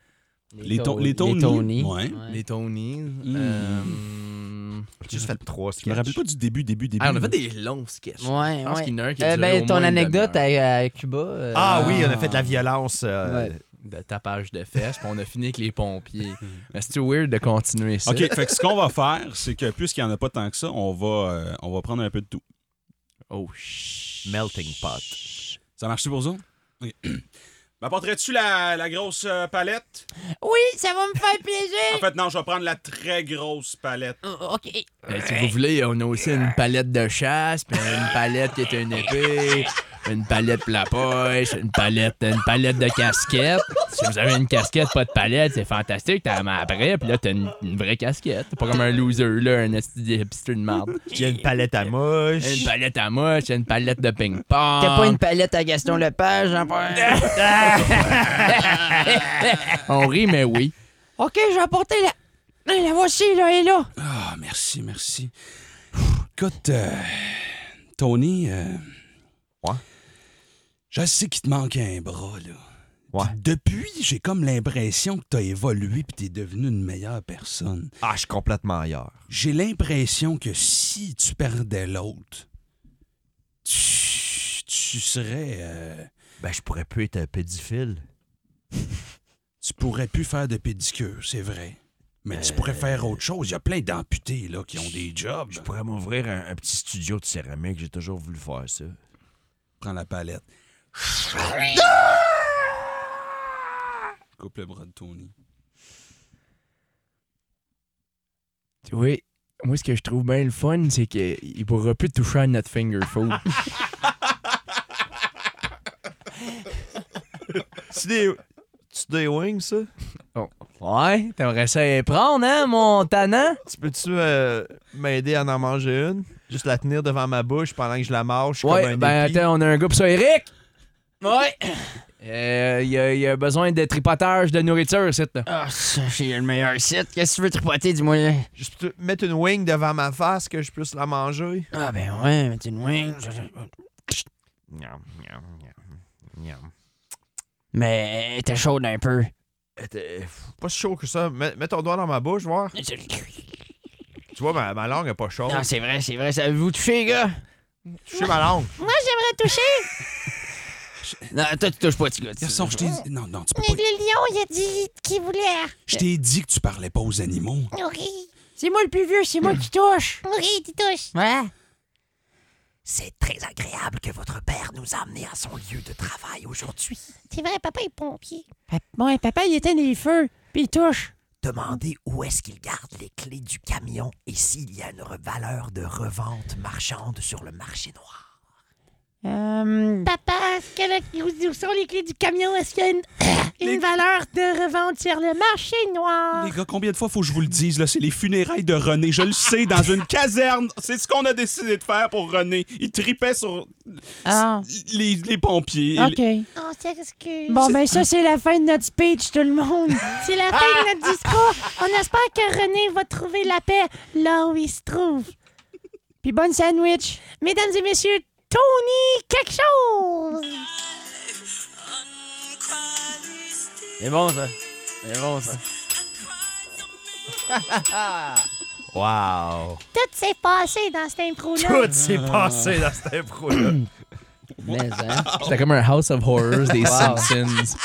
Speaker 1: Les, to-
Speaker 5: Les
Speaker 1: Tony.
Speaker 5: Tony.
Speaker 1: Ouais.
Speaker 5: Ouais.
Speaker 3: Mhm. Les Tonys.
Speaker 1: Mm.
Speaker 3: euh,
Speaker 2: J'ai juste fait trois sketchs.
Speaker 1: Je me rappelle pas du début, début, début.
Speaker 3: Ah, on a fait des longs sketchs.
Speaker 5: Ouais,
Speaker 3: Je pense
Speaker 5: ouais.
Speaker 3: qu'il y en a un qui a
Speaker 5: Euh,
Speaker 3: duré au
Speaker 5: ben, ton
Speaker 3: moins une
Speaker 5: anecdote
Speaker 3: demi-heure.
Speaker 5: à, à Cuba. euh,
Speaker 2: Ah oui, on a fait de la violence. euh,
Speaker 5: Ouais.
Speaker 3: de tapage de fesses, puis on a fini avec les pompiers. Mais c'est weird de continuer ça.
Speaker 1: OK, fait que ce qu'on va faire, c'est que puisqu'il n'y en a pas tant que ça, on va, euh, on va prendre un peu de tout.
Speaker 3: Oh shit.
Speaker 2: Melting pot.
Speaker 1: Ça marche-tu pour vous? autres? OK. M'apporterais-tu la, la grosse euh, palette?
Speaker 8: Oui, ça va me faire plaisir.
Speaker 1: En fait, non, je vais prendre la très grosse palette.
Speaker 8: OK.
Speaker 3: Euh, si vous voulez, on a aussi une palette de chasse, puis une palette qui est une épée, une palette pour la poche, une palette, une palette de casquette. Si vous avez une casquette, pas de palette, c'est fantastique, t'as la main après, puis là, t'as une, une vraie casquette. T'es pas comme un loser, là, un esti de hipster de merde.
Speaker 2: Il y a une palette à mouche.
Speaker 3: Une palette à moche, une palette de ping-pong.
Speaker 5: T'as
Speaker 3: ah.
Speaker 5: pas une palette à Gaston Lepage, hein, j'en
Speaker 3: On rit, mais oui.
Speaker 8: OK, je vais apporter la. Ah, La voici, là, elle est là.
Speaker 1: Ah, merci, merci. Écoute, euh, Tony. euh,
Speaker 2: Ouais?
Speaker 1: Je sais qu'il te manque un bras, là.
Speaker 2: Ouais.
Speaker 1: Puis Depuis, j'ai comme l'impression que t'as évolué puis t'es devenu une meilleure personne.
Speaker 2: Ah, je suis complètement ailleurs.
Speaker 1: J'ai l'impression que si tu perdais l'autre, tu, tu serais. euh,
Speaker 2: Ben, je pourrais plus être un pédophile.
Speaker 1: tu pourrais plus faire de pédicure, c'est vrai. Mais tu pourrais faire autre chose. Il y a plein d'amputés, là, qui ont des jobs.
Speaker 2: Je pourrais m'ouvrir un, un petit studio de céramique. J'ai toujours voulu faire ça.
Speaker 1: Prends la palette. Coupe le bras de Tony.
Speaker 3: Oui. Moi, ce que je trouve bien le fun, c'est qu'il pourra plus toucher à notre finger food.
Speaker 2: C'est des... Tu des wings, ça?
Speaker 3: ouais, t'aimerais ça y prendre, hein, mon tannant?
Speaker 2: Tu peux-tu euh, m'aider à en manger une? Juste la tenir devant ma bouche pendant que je la mâche comme
Speaker 3: Ouais,
Speaker 2: un
Speaker 3: ben
Speaker 2: épi?
Speaker 3: attends, on a un gars pour ça, Eric! Ouais! Euh, Il y, a- il y a besoin de tripotage de nourriture, c'est là.
Speaker 5: Ah, ça, j'ai le meilleur site. Qu'est-ce que tu veux tripoter, dis-moi? là?
Speaker 2: Juste peux-tu mettre une wing devant ma face que je puisse la manger?
Speaker 5: Ah, ben ouais, mais tu une wing. je- je-
Speaker 2: Miam, miam, miam, miam.
Speaker 5: Mais t'es chaude un peu.
Speaker 2: Euh, t'es- pff, Pas si chaud que ça. Mets, mets ton doigt dans ma bouche, voir. Tu vois, ma, ma langue est pas chaude.
Speaker 3: Ah,
Speaker 5: Non, c'est vrai, c'est vrai. Ça veut vous toucher, gars?
Speaker 2: Touchez ma langue.
Speaker 6: Moi, j'aimerais toucher
Speaker 5: Non, toi, tu touches pas, petit gars. tu-
Speaker 1: Garçon, je t'ai dit. Non, non,
Speaker 8: Ah,
Speaker 1: tu peux
Speaker 6: le
Speaker 1: pas.
Speaker 6: lion, il a dit qu'il voulait.
Speaker 1: Je t'ai dit que tu parlais pas aux animaux.
Speaker 6: Ok,
Speaker 8: C'est moi le plus vieux, c'est moi qui touche.
Speaker 6: ok, tu touches.
Speaker 5: Ouais.
Speaker 9: C'est très agréable que votre père nous a amenés à son lieu de travail aujourd'hui.
Speaker 6: C'est vrai, papa est pompier.
Speaker 8: Ouais, papa, il éteint les feux, puis il touche.
Speaker 9: Demandez où est-ce qu'il garde les clés du camion et s'il y a une re- valeur de revente marchande sur le marché noir.
Speaker 8: Euh,
Speaker 6: Papa, est-ce que là, où sont les clés du camion? Est-ce qu'il y a une, une valeur de revente sur le marché noir?
Speaker 1: Les gars, combien de fois faut que je vous le dise, là? C'est les funérailles de René. Je le sais, dans une caserne. C'est ce qu'on a décidé de faire pour René. Il tripait sur
Speaker 8: ah,
Speaker 1: les, les pompiers. Et
Speaker 8: OK.
Speaker 6: On s'excuse.
Speaker 8: Bon, ben ça, c'est la fin de notre speech, tout le monde.
Speaker 6: C'est la fin de notre discours. On espère que René va trouver la paix là où il se trouve.
Speaker 8: Puis bonne sandwich.
Speaker 6: Mesdames et messieurs, Tony quelque chose!
Speaker 5: C'est bon, ça. C'est bon, ça.
Speaker 2: Wow.
Speaker 6: Tout s'est passé dans cette impro-là.
Speaker 2: Tout s'est passé dans cette impro-là.
Speaker 5: Mais, hein.
Speaker 3: C'était comme un House of Horrors des Simpsons.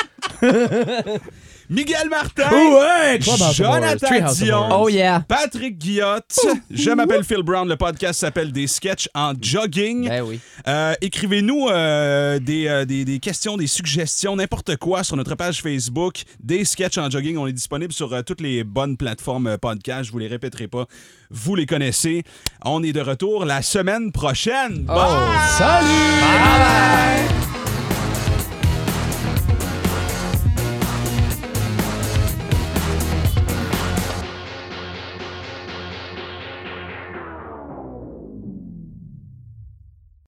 Speaker 1: Miguel Martin!
Speaker 3: Ouais! Three
Speaker 1: Jonathan
Speaker 3: House of
Speaker 1: Dion!
Speaker 3: Horrors.
Speaker 5: Oh, yeah.
Speaker 1: Patrick Guillotte, je m'appelle Phil Brown, le podcast s'appelle Des sketchs en jogging.
Speaker 5: Ben oui.
Speaker 1: Euh, Écrivez-nous euh, des, euh, des- des questions, des suggestions, n'importe quoi sur notre page Facebook. Des sketchs en jogging, on est disponible sur euh, toutes les bonnes plateformes euh, podcast. Je vous les répéterai pas. Vous les
Speaker 5: Ah,
Speaker 1: connaissez. On est de retour la semaine prochaine. Bye!
Speaker 3: Salut!
Speaker 1: Bye!